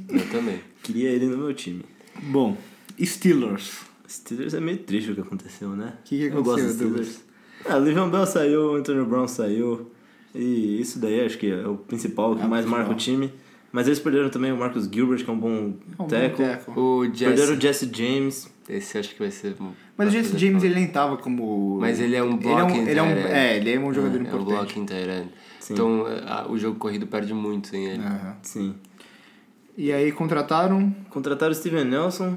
eu também. Queria ele no meu time. Bom, Steelers. Steelers é meio triste o que aconteceu, né? Que que Eu gosto aconteceu, dos Steelers. Ah, Livion Bell saiu, Antonio Brown saiu. E isso daí acho que é o principal, o que É o mais marca o time. Mas eles perderam também o Marcus Gilbert, que é um bom É um bom tackle. tackle. O Perderam Jesse. o Jesse James, Esse acho que vai ser. um- Mas o vai Jesse fazer James falta. ele nem tava como. Mas ele é um ele é um, blocking ele é um, tight end. é, ele é um jogador é, É um importante. blocking tight end. Então a- o jogo corrido perde muito sem ele. Aham. Sim. E aí contrataram Contrataram o Steven Nelson,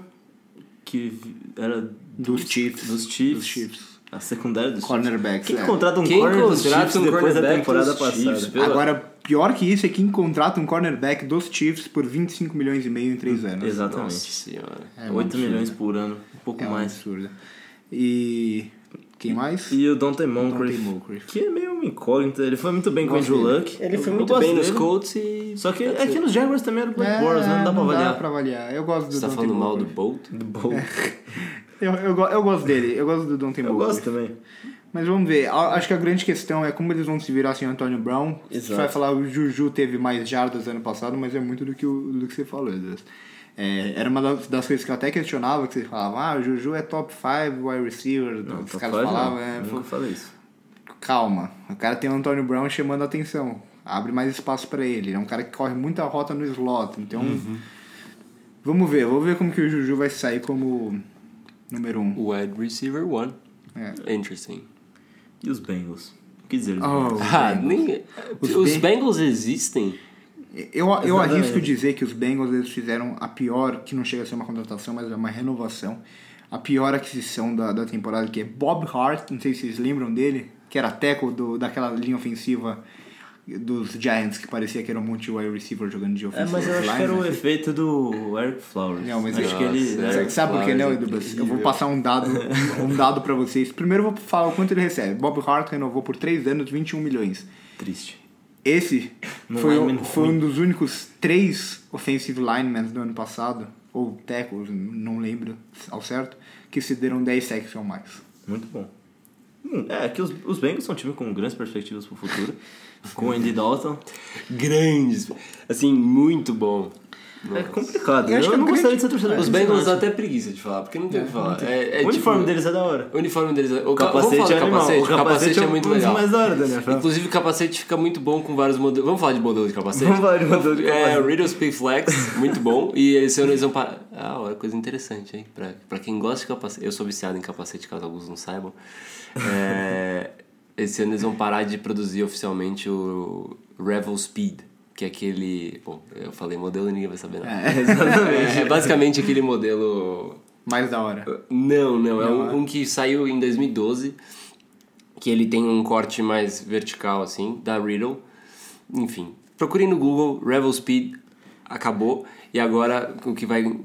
que vi- era dos Chiefs. dos Chiefs. Dos Chiefs. A secundária dos Chiefs. Cornerbacks. Quem é. contrata um Quem corner dos contrata Chiefs um depois da cornerback temporada dos passada? Chiefs, pelo- Agora, pior que isso é quem contrata um cornerback dos Chiefs por 25 milhões e meio em 3 anos. Exatamente. Nossa senhora. É um 8 absurdo. milhões por ano, um pouco É um mais. absurdo. E quem mais? E o Dante Moncrief, Dante Moncrief. que é meio uma incógnita. Ele foi muito bem com o Gosto Andrew dele. Luck. Ele Eu- foi eu muito gosto bem nos dele. Colts e. Só que é que nos Jaguars também era o Blake É, Boros, né? Não dá pra Dá avaliar. pra avaliar. Eu gosto do Você tá Dante falando mal do Moncrief. Bolt? Do Bowl. Eu, eu, go- eu gosto dele. Eu gosto do Dante Eu Moncrief. gosto também. Mas vamos ver. A- Acho que a grande questão é como eles vão se virar sem o Antonio Brown. Você Exato. vai falar o Juju teve mais jardas ano passado, mas é muito do que, o, do que você falou, Elias. É, era uma das, das coisas que eu até questionava, que você falava, ah, o Juju é top 5 wide receiver. Não, Os tô caras falando, falavam, não. é, Eu nunca falei isso. calma, o cara tem o Antonio Brown chamando a atenção, abre mais espaço pra ele. Ele é um cara que corre muita rota no slot, então. Uhum. Vamos ver, vamos ver como que o Juju vai sair como número 1. Um. Wide receiver one. É. Interesting. E os Bengals? O que dizer dos Bengals? Oh, Ah, nem... Os Os, Ben- Bengals existem? Eu, eu Exatamente. arrisco dizer que os Bengals eles fizeram a pior, que não chega a ser uma contratação, mas é uma renovação. A pior aquisição da, da temporada, que é Bob Hart, não sei se vocês lembram dele, que era teco do, daquela linha ofensiva dos Giants, que parecia que era um monte de wide receiver jogando de É, ofensiva. mas eu acho que era o efeito do Eric Flowers. Não, mas é acho eu- que ele. Nossa, Sabe- Eric Sabe por que não, Flowers, é Edubas? Eu incrível. vou passar um dado, <laughs> um dado para vocês. Primeiro eu vou falar o quanto ele recebe. Bob Hart renovou por 3 anos, 21 milhões. Triste. Esse Um foi, o- lineman foi ruim. um dos únicos três offensive linemen do ano passado, ou tackles, não lembro ao certo, que se deram 10 sacks ou mais. Muito bom. Hum, É, que os, os Bengals são um time com grandes perspectivas pro <laughs> futuro. com o Andy Dalton. Grandes. Assim, muito bom. É complicado. Eu Eu, acho que é não grande- gostaria de ser torcedor Os do Bengals dá até preguiça de falar, porque não tem o que falar. É, é O uniforme tipo- deles é da hora. O uniforme deles é... O O ca- vamos capacete falar é do animal. capacete. O capacete é é muito um dos legal. mais da hora da NFL. Inclusive, o capacete fica muito bom com vários modelos. Vamos falar de modelo de capacete? Vamos falar de modelo de <laughs> É, capacete. o Riddles Pay Flex, muito bom. E esse ano eles vão parar. Ah, olha, coisa interessante, hein? Pra, pra quem gosta de capacete. Eu sou viciado em capacete, caso alguns não saibam. É, esse ano eles vão parar de produzir oficialmente o Revel Speed, que é aquele. Bom, eu falei modelo e ninguém vai saber nada. É, exatamente. É, basicamente aquele modelo. <laughs> Mais da hora. Não, não, é Não, um, é? um que saiu em 2012, que ele tem um corte mais vertical, assim, da Riddle. Enfim, procurem no Google, Revel Speed acabou, e agora o que vai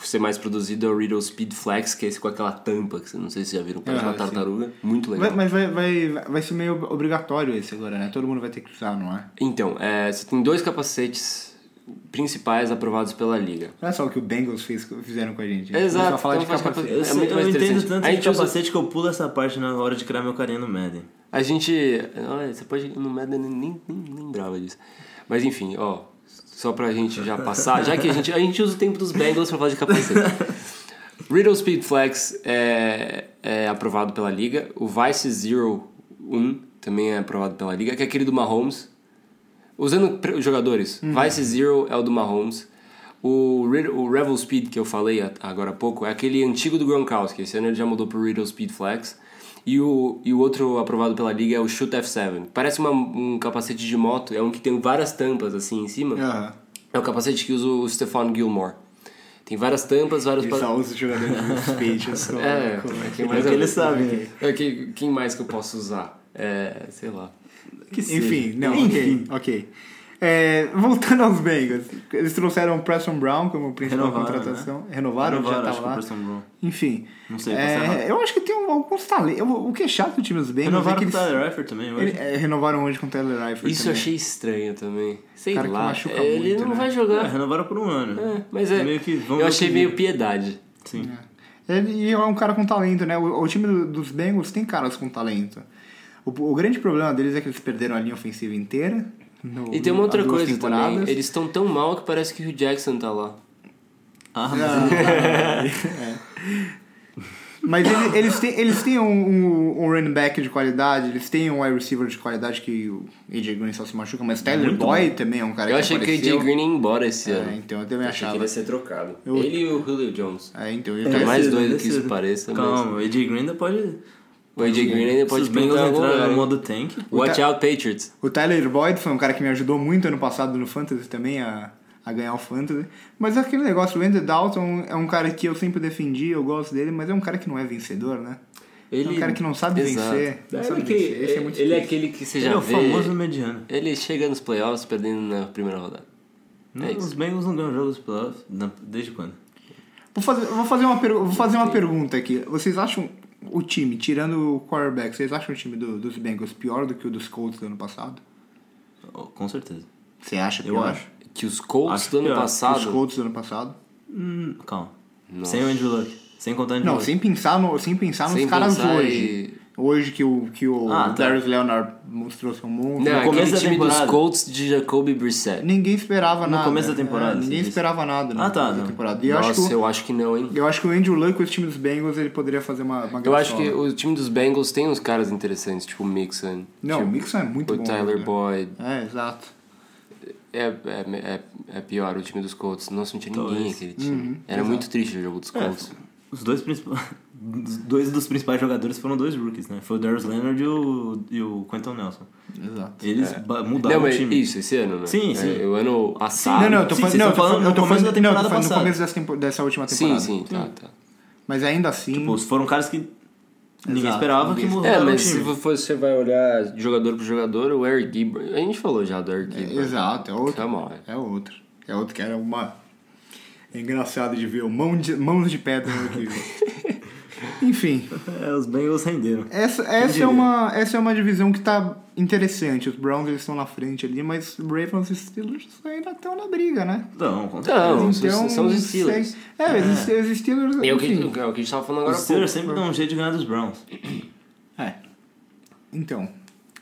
ser mais produzido é o Riddle Speed Flex, que é esse com aquela tampa, que você- não sei se já viram, parece Ah, uma sim. tartaruga, muito legal. Vai- mas vai, vai, vai ser meio obrigatório esse agora, né? Todo mundo vai ter que usar, não é? Então, é, você tem dois capacetes principais aprovados pela liga. Olha é só o que o Bengals fez, fizeram com a gente. né? Exato, Só falar de então faz capacete. capacete. Eu, É sei- muito eu mais entendo interessante. tanto A de gente usa- capacete que eu pulo essa parte na hora de criar meu carinha no Madden. A gente. Olha, você pode. No Madden nem, nem, nem lembrava disso. Mas enfim, ó. Só pra gente já passar, já que a gente, a gente usa o tempo dos Bengals pra falar de capacete. Riddle Speed Flex é, é aprovado pela liga. O Vice Zero 1 também é aprovado pela liga, que é aquele do Mahomes. Usando pre- jogadores, Vice Zero é o do Mahomes. O, Rid- o Revel Speed que eu falei a- agora há pouco é aquele antigo do Gronkowski. Esse ano ele já mudou pro Riddle Speed Flex. E o, e o outro aprovado pela liga é o Shoot F7. Parece uma- um capacete de moto, é um que tem várias tampas assim em cima. Aham. É o capacete que usa o Stefan Gilmore. Tem várias tampas, vários. Ele pa- só usa os jogadores do <laughs> Speed. só- É, como é que- quem É o mais que eu- <laughs> ele sabe. né? é, que- quem mais que eu posso usar? É, sei lá. Que seja. Enfim, não, Enfim. ok. ok. É, voltando aos Bengals, eles trouxeram o Preston Brown como principal Renovaram, né? contratação. Renovaram, Renovaram, já acho tá que o lá. Preston Brown. Enfim. Não sei, tá posso errar. é, eu acho que tem um- alguns talentos. O que é chato do time dos Bengals Renovaram é com o que eles, Tyler Eifert também, eu ele- é, renovaram hoje com o Tyler Eifert Isso eu também. achei estranho também. Sei Cara que lá. machuca ele muito, não né? vai acho. É, <laughs> jogar. renovaram por um ano. É, mas é. Meio que vamos eu ver achei o que meio vira. piedade. Sim. Ele e é um cara com talento, né? O, o time do- dos Bengals tem caras com talento. O, o grande problema deles é que eles perderam a linha ofensiva inteira. no- E tem uma Hum, há outra duas coisa temporadas. é também. Eles estão tão mal que parece que o Hugh <laughs> Jackson tá lá. Ah, Ah, né? Mas ele- eles têm, eles têm um, um, um running back de qualidade, eles têm um wide receiver de qualidade que o AJ Green só se machuca, mas Tyler Muito Boyd também é um cara Eu que achei que o apareceu. AJ Green ia embora esse É, ano. então eu também Achei que achava. ele ia ser trocado. Eu- Ele e o Julio Jones. É, então, eu Por tava- mais Decido, doido que isso decido. pareça, Calma, o AJ Green ainda pode. O AJ Green ainda Pode pode os Bengals pintar algum entraram lugar, no hein? modo tank. Watch Tá- out, Patriots. O Tyler Boyd foi um cara que me ajudou muito ano passado no Fantasy também a, a ganhar o Fantasy. Mas é aquele negócio, o Andy Dalton é um cara que eu sempre defendi, eu gosto dele, mas é um cara que não é vencedor, né? É um cara que não sabe Exato. vencer. Não Ele, sabe é que- vencer. Esse é muito ele é difícil. aquele que você Ele já é o vê. famoso mediano. Ele chega nos playoffs perdendo na primeira rodada. Não, É isso. os Bengals não ganham jogos playoffs não, desde quando? Vou fazer, vou fazer, uma, per- vou fazer uma pergunta aqui. Vocês acham o time, tirando o quarterback, vocês acham o time do- dos Bengals pior do que o dos Colts do ano passado? Oh, com certeza. Você acha Eu acho. Que os Colts Acho Tá do ano que é. Os passado. Colts do ano passado? Hum, calma. Nossa. Sem o Andrew Luck. Sem contar o Andrew Não, Luck. sem pensar, no, sem pensar Sem nos caras pensar hoje. Hoje que o, que o Ah, tá. Darius Leonard mostrou seu monstro. Não, é No começo aquele da time temporada. dos Colts de Jacoby Brissett. Ninguém esperava nada. começo da temporada, É, você ninguém disse. esperava nada no Ah, tá, começo da não. temporada. E eu Nossa, acho, que, o- eu acho que não, hein? eu acho que o Andrew Luck com esse time dos Bengals ele poderia fazer uma, uma Eu grande acho que solo. o time dos Bengals tem uns caras interessantes, tipo o Mixon, tipo Não, o Mixon é muito o bom. Tyler né? Boyd. É, exato. É, é, é, é pior o time dos Colts. Nossa, não tinha ninguém Talvez. aquele time. Uhum. Era muito triste o jogo É, dos Colts. Os dois principais. <laughs> dois dos principais jogadores foram dois rookies, né? Foi o Darius Leonard e o, e o Quentin Nelson. Exato. Eles ba- mudaram É. Não, o mas time. isso, esse ano, né? Sim, É, sim. o ano passado. Não, não, eu tô Sim, falando, vocês não, eu estão tô falando, eu tô falando no começo falando- não, da eu tô temporada falando no passada. começo dessa, tempo- dessa última Sim, temporada. sim, tá, tá. Mas ainda assim, Tipo, foram caras que ninguém Exato, esperava ninguém que É, mudaram mas o se time. você vai olhar jogador por jogador, o Eric Gibber. A gente falou já do Eric é, Gibber. exato, é outro. Come on. É outro. É outro que era uma. É engraçado de ver o mão de, mãos de pedra no que Enfim, É, os Bengals renderam. essa, essa, é diria? uma, essa é uma divisão que tá interessante. Os Browns eles estão na frente ali, mas Ravens e Steelers ainda estão na briga, né? Não, Então, com certeza. Não, Mas são- são os Steelers. sei- É, os- os Steelers. É o que, enfim. é o que a gente tava falando agora. Os há Steelers pouco. sempre dão um jeito de ganhar dos Browns. É. Então,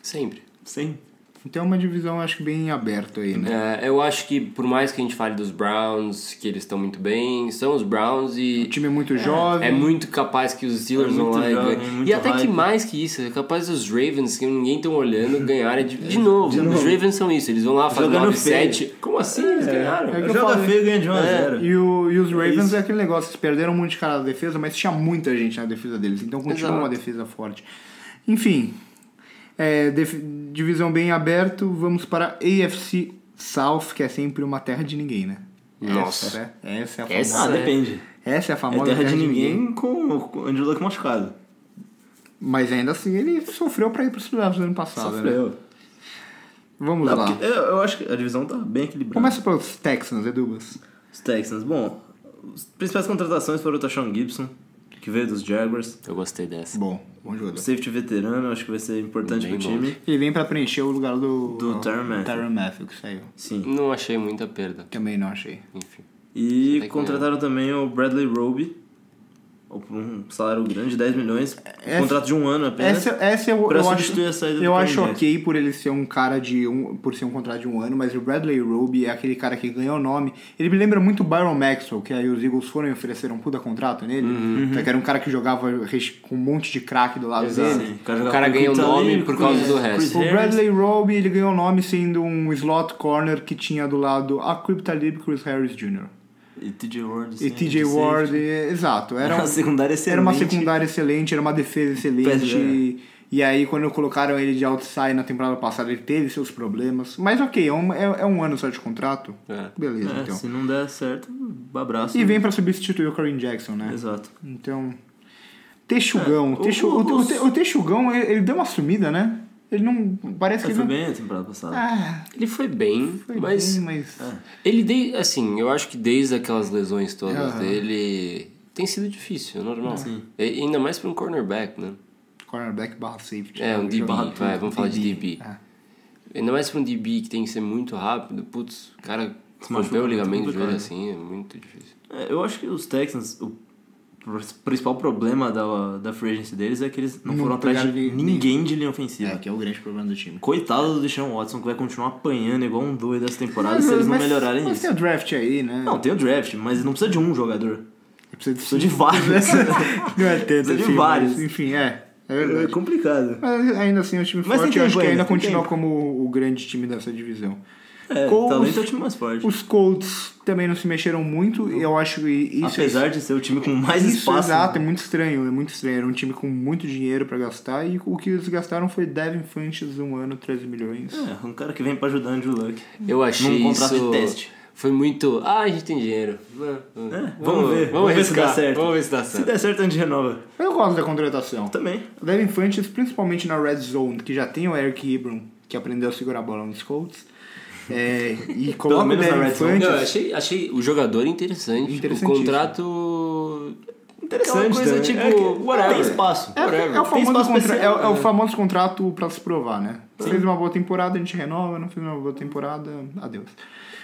Sempre. Sim. então é uma divisão acho que bem aberta aí, né? É, eu acho que por mais que a gente fale dos Browns, que eles estão muito bem, são os Browns O e time é muito jovem. é muito capaz que os Steelers É vão muito lá e jovem, ganhem. muito E até que hype. mais que isso, é capaz dos Ravens, que ninguém estão olhando, ganharem de, de novo. Os Ravens são isso, eles vão lá fazer Jogando 9-7. Como assim eles ganharam? É o que eu Joga falei. feio e ganha de 1 a 0. E, o- e os Ravens é, aquele negócio, eles perderam um monte de cara na defesa, mas tinha muita gente na defesa deles, então continua Exato. uma defesa forte. Enfim, é, def- divisão bem aberto, vamos para AFC South, que é sempre uma terra de ninguém, né? Nossa. Essa, é- essa é a Essa- Ah, famosa, depende. essa é a É famosa terra de ninguém com com o Andrew Luck machucado. Mas ainda assim, ele sofreu para ir para os playoffs no ano passado, né? Sofreu. Vamos Não, lá. Tá, É porque eu, eu acho que a divisão tá bem equilibrada. Começa pelos Texans, Edubas. Os Texans, bom, as principais contratações foram o Tashon Gibson, que veio dos Jaguars. Eu gostei dessa. Bom, bom jogo. O safety veterano, acho que vai ser importante Bem pro bom. time. Ele vem para preencher o lugar do... Do Tyrann Mathieu. Tyrann Mathieu, que saiu. Sim. Não achei muita perda. Também não achei. Enfim. Tem E que contrataram também o Bradley Roby, por um salário grande, 10 milhões, Essa- contrato de um ano apenas. Essa, essa eu, Pra eu substituir acho, a saída do eu Kanye acho West. ok por ele ser um cara de um, por ser um contrato de um ano, mas o Bradley Roby é aquele cara que ganhou o nome. Ele me lembra muito o Byron Maxwell, que aí os Eagles foram e ofereceram um puta contrato nele, Uhum. Então, que era um cara que jogava res- com um monte de craque do lado Exato. dele. Sim, joga O cara com ganha o Quinton nome Lee, por causa Chris- do resto. Chris O Harris. Bradley Roby ele ganhou o nome sendo um slot corner que tinha do lado a Cryptalib Chris Harris Jr. E TJ Ward. assim, e sim, TJ de safety. Ward, e- exato. Era Uma um- secundária Era uma excelente. é. secundária excelente, era uma defesa Pés excelente. de E, e aí, quando colocaram ele de outside na temporada passada, ele teve seus problemas. Mas ok, é um, é, é um ano só de contrato. É. Beleza, É, então. se não der certo, abraço. E vem pra substituir o Kareem Jackson, né? Exato. Então. Texugão. É, o- Texu- o, o- o, Te- o Texugão, ele, ele deu uma sumida, né? Ele não. Parece Ele É que. É, foi não... bem a temporada passada. Ah, Ele foi bem, foi mas bem, mas. é. Ele, de, assim, eu acho que desde aquelas lesões todas Aham. dele, tem sido difícil, é normal. E, ainda mais pra um cornerback, né? Cornerback barra safety. É, um DB, Jogar vai, vamos falar de DB. Ah. É. Ainda mais pra um DB que tem que ser muito rápido, putz, o cara Se machuca, rompeu o ligamento do complicado, joelho né? assim, é muito difícil. É, eu acho que os Texans, o pr- principal problema da, da free agency deles é que eles não, Não foram atrás de pegaram ni- ninguém de linha É, ofensiva. que é o grande problema do time. Coitado do Deshaun Watson, que vai continuar apanhando igual um doido essa temporada se eles não Mas- melhorarem mas isso. tem o draft aí, né? Não, tem o draft, mas não precisa de um jogador. Eu preciso Sou <laughs> de vários. Não é tanto Precisa de assim, mas, vários. enfim, é. É é verdade. complicado. Mas ainda assim, é um time Mas tem forte. Eu tempo acho que ainda, ainda tem continua tempo. como o grande time dessa divisão. É, Com talento os- é o time mais forte. Os Colts também não se mexeram muito. e Eu acho que isso é Apesar de ser o time com mais Isso, espaço. né? exato, é muito estranho, é muito estranho. Era um time com muito dinheiro pra gastar e o que eles gastaram foi Devin Funches um ano, 13 milhões. É, um cara que vem pra ajudar o Andrew Luck. Eu achei Num contrato isso... de teste. Foi muito... Ah, a gente tem dinheiro. É, vamos, ver. Vamos, ver se dá arriscar. certo. Vamos ver se dá Se certo. der certo, a gente renova. Eu gosto da contratação. Também. Devin Funches, principalmente na Red Zone, que já tem o Eric Ibram, que aprendeu a segurar a bola nos Colts. É, <laughs> e coloca o menos na Devin Red Zone. Funches. Não, eu achei, achei o jogador interessante. O Interessantíssimo. contrato... Interessante. coisa também. tipo, É que- whatever. Tem espaço. É, Whatever. é o Tem famoso espaço pra contra- ser- é o- é o famoso contrato pra se provar, né? Fez uma boa temporada, a gente renova, não fez uma boa temporada, adeus.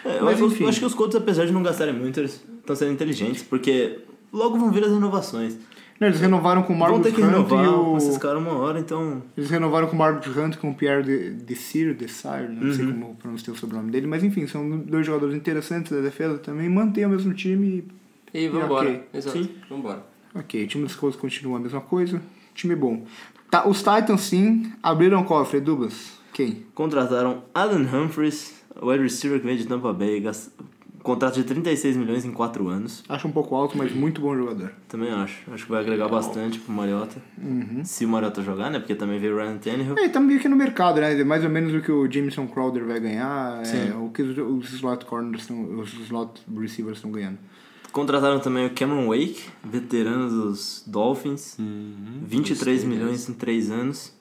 É, eu, Mas, acho- eu enfim. acho que os Colts, apesar de não gastarem muito, eles estão sendo inteligentes, porque logo vão vir as renovações. Não, né, Eles renovaram com o vão Marcus ter que Hunt renovar e com o... esses caras uma hora, então. Eles renovaram com o Mark Hunt, com o Pierre de, Desir, Desire, não sei Uhum. como pronunciar o sobrenome dele, mas enfim, são dois jogadores interessantes da defesa também, mantém o mesmo time. E vambora. Ok. Exato. Sim. Vambora. Ok, o time dos Colts continua a mesma coisa, time bom. Tá, os Titans sim, abriram o cofre, Dubas. Quem? Contrataram Alan Humphries, wide receiver que veio de Tampa Bay, gas- contrato de 36 milhões em 4 anos. Acho um pouco alto, mas muito bom jogador. Também acho. Acho que vai agregar bastante pro Mariota. Uhum. Se o Mariota jogar, né? Porque também veio o Ryan Tannehill. É, e tá meio que no mercado, né? É Mais ou menos o que o Jameson Crowder vai ganhar, é, o que os, os slot corners, tão, os slot receivers estão ganhando. Contrataram também o Cameron Wake, veterano dos Dolphins. Uhum. 23 milhões em 3 anos.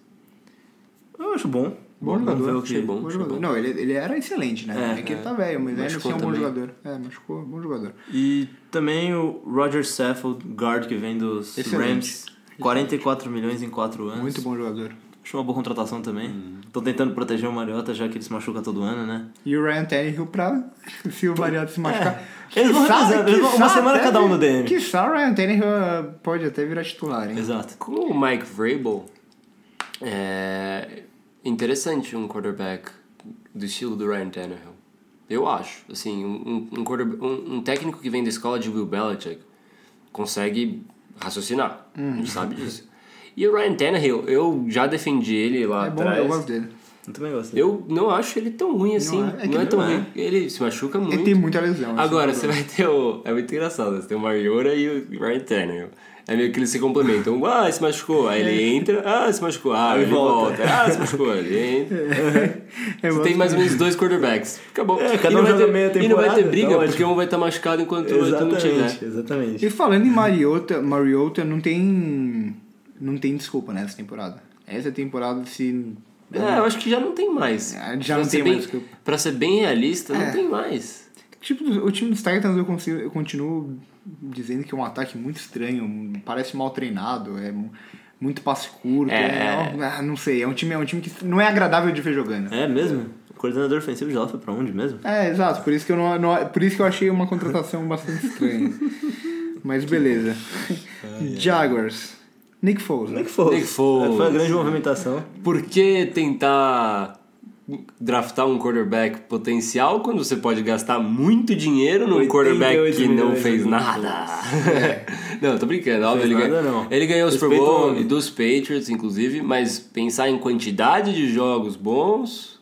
Eu acho bom. Bom Vamos jogador, ver o que- achei bom. Bom Achei jogador. Não, ele, ele era excelente, né? É, É, que ele tá velho, mas ainda assim Machucou é um bom também. jogador. É, machucou, bom jogador. E também o Roger Saffold, guard que vem dos Excelente. Rams. 44 milhões em 4 anos. Muito bom Uhum. jogador. Acho uma boa contratação também. Estão tentando proteger o Mariota, já que ele se machuca todo ano, né? E o Ryan Tannehill pra <laughs> se o Mariano se machucar. é. Eles vão Quiçá- revezando, eles vão- uma quiçá semana até cada um vir- no DM. Quiçá o Ryan Tannehill ah, pode até virar titular, hein? Exato. Com o Mike Vrabel, é interessante um quarterback do estilo do Ryan Tannehill. Eu acho. Assim, um, um, quarterba- um- um técnico que vem da escola de Will Belichick consegue raciocinar. Hum. A gente sabe disso. E o Ryan Tannehill, eu já defendi ele lá É bom, atrás. eu gosto dele. Eu também gosto. Eu não acho ele tão ruim assim. Não é- é, é que tão não é. ruim. Ele se machuca muito. Ele tem muita lesão. assim. esse Agora, jogador. você vai ter o. É muito engraçado, você tem o Mariora e o Ryan Tannehill. É meio que eles se complementam. Um, Ah, se machucou. Aí ele entra. Ah, se machucou. Ah, ele volta. Ah, se machucou. Ele <laughs> entra. Eu Você gosto tem mais ou dele. menos dois quarterbacks. Acabou. É, cada E não um vai joga ter- meia E não vai ter temporada, briga, tá ótimo. porque um vai estar machucado enquanto o outro não tiver. né? Exatamente, exatamente. E falando em Mariota, Mariota não tem. Não tem desculpa nessa temporada. Essa temporada, se. É, eu acho que já não tem mais. É, já Pra não ser tem bem- mais, desculpa. Pra ser bem realista, É. não tem mais. Tipo, o time dos Titans eu, consigo, eu continuo dizendo que é um ataque muito estranho, parece mal treinado, é mu- muito passe curto, É. é- ah, não sei, é um time, é um time que não é agradável de ver jogando. É mesmo? O coordenador ofensivo de lá foi pra onde mesmo? É, exato, por isso que eu não, não- por isso que eu achei uma contratação bastante estranha. Mas beleza. Jaguars. Nick Foles. né? Nick Foles. Nick Foles. É, Foi uma grande movimentação. Por que tentar draftar um quarterback potencial quando você pode gastar muito dinheiro num 88 quarterback que não milhões fez de nada? <laughs> não, tô brincando. Óbvio, fez ele, nada, ganhou, não. ele ganhou o Super Respeito o Bowl homem. dos Patriots, inclusive, mas pensar em quantidade de jogos bons.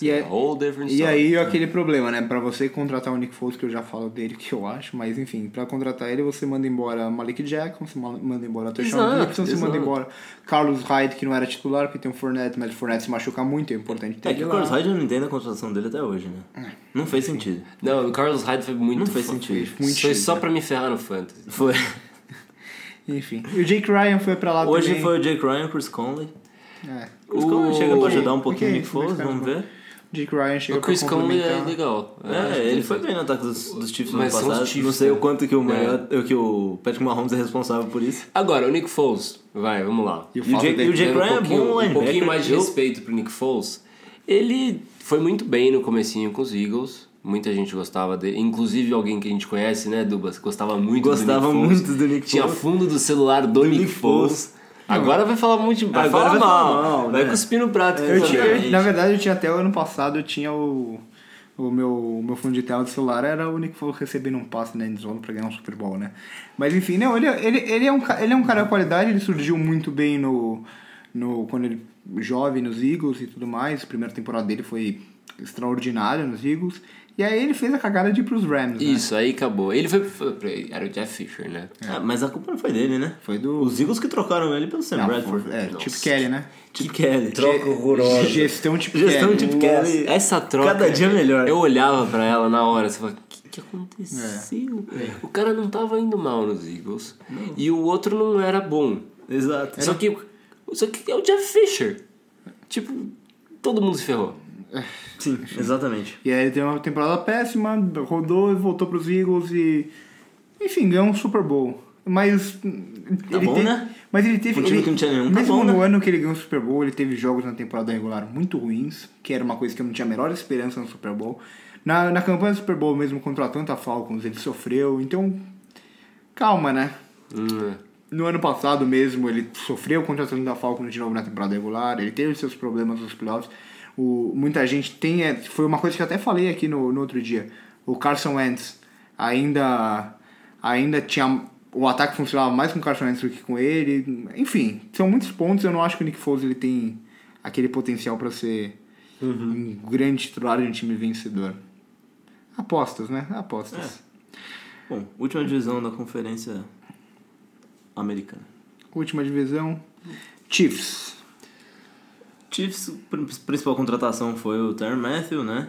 E é- é a whole different E story. aí aquele problema, né? Pra você contratar o Nick Foles, que eu já falo dele, que eu acho, mas enfim, pra contratar ele, você manda embora Malik Jackson, você ma- manda embora Teixeira Exato, Gibson, você manda exato. embora Carlos Hyde, que não era titular, porque tem o Fournette, mas o Fournette se machuca muito, é importante ter É que ele o lá. Carlos Hyde eu não entendo a contratação dele até hoje, né? Não fez sentido. Não, o Carlos Hyde foi muito. Não fez fo- sentido. né? Foi Muito só pra me ferrar no Fantasy. Foi. Enfim. E o Jake Ryan foi pra lá Hoje Ah, também. foi o Jake Ryan, o Chris Conley. É. Chris Conley chega pra ajudar um pouquinho o ok, Nick Foles, mas vamos tá bom. ver. Jake Ryan chegou O Chris pra Conley é complementar. legal. Eu acho que É, ele foi bem no ataque dos, dos Chiefs no ano Mas são os passado. Chiefs, não sei o né? quanto que o, maior, que o Patrick Mahomes é responsável por isso. Agora, o Nick Foles, vai, vamos lá. E o E o fato Jake, dele e o Jake Dando Ryan é pouquinho- bom Um linebacker. pouquinho mais de Eu- respeito pro Nick Foles. Ele foi muito bem no comecinho com os Eagles. Muita gente gostava dele. Inclusive alguém que a gente conhece, né, Dubas? Gostava muito Gostava do Nick Foles. muito do Nick Tinha Foles. fundo do celular do, Nick, Nick Foles. Foles. Agora vai falar muito... Vai Agora vai falar mal. falar mal, vai né? cuspir no prato. É, Eu também. tinha- Exatamente. na verdade, eu tinha até o ano passado, eu tinha o, o meu, o meu fundo de tela do celular era o único que foi recebendo um passe na endzone pra ganhar um Super Bowl, né? Mas enfim, não, ele, ele, ele, é, um, ca- ele é um cara de qualidade, ele surgiu muito bem no, no quando ele jovem nos Eagles e tudo mais. A primeira temporada dele foi extraordinária nos Eagles. E aí ele fez a cagada de ir pros Rams, né? Isso, aí acabou. Ele foi, foi- foi- Era o Jeff Fisher, né? Ah, mas a culpa não foi dele, né? Foi do- Os Eagles que trocaram ele pelo Sam Não, Bradford. é, Nossa. Chip Kelly, né? Chip Kelly. Troca horrorosa. Gestão Chip Gestão Kelly. Chip Kelly. Essa troca. é Cada dia é melhor. Eu olhava pra ela na hora, você falava, o que, que aconteceu? É. O cara não tava indo mal nos Eagles. E o outro não era bom. Exato. Só que. Só que é o Jeff Fisher. Tipo, todo mundo se ferrou. Sim, exatamente. E aí ele teve uma temporada péssima, rodou e voltou pros Eagles e. Enfim, ganhou um Super Bowl. Mas. ele bom, te- né? Mas ele teve. Um time ele- que não tinha nenhum, tá Mesmo bom, no né? ano que ele ganhou o Super Bowl, ele teve jogos na temporada regular muito ruins, que era uma coisa que eu não tinha a menor esperança no Super Bowl. Na, na campanha do Super Bowl mesmo contra o Atlanta Falcons, ele sofreu, então. Calma, né? Hum, No ano passado mesmo, ele sofreu contra o Atlanta Falcons de novo na temporada regular, ele teve seus problemas nos playoffs. O, muita gente tem. é, foi uma coisa que eu até falei aqui no, no outro dia. O Carson Wentz ainda, ainda tinha. O ataque funcionava mais com o Carson Wentz do que com ele. Enfim, são muitos pontos. Eu não acho que o Nick Foles ele tem aquele potencial para ser um grande titular de um time vencedor. Apostas, né? Apostas. Bom, última divisão da conferência americana. Última divisão: Chiefs. Chiefs, pr- principal contratação foi o Terry Matthew, né?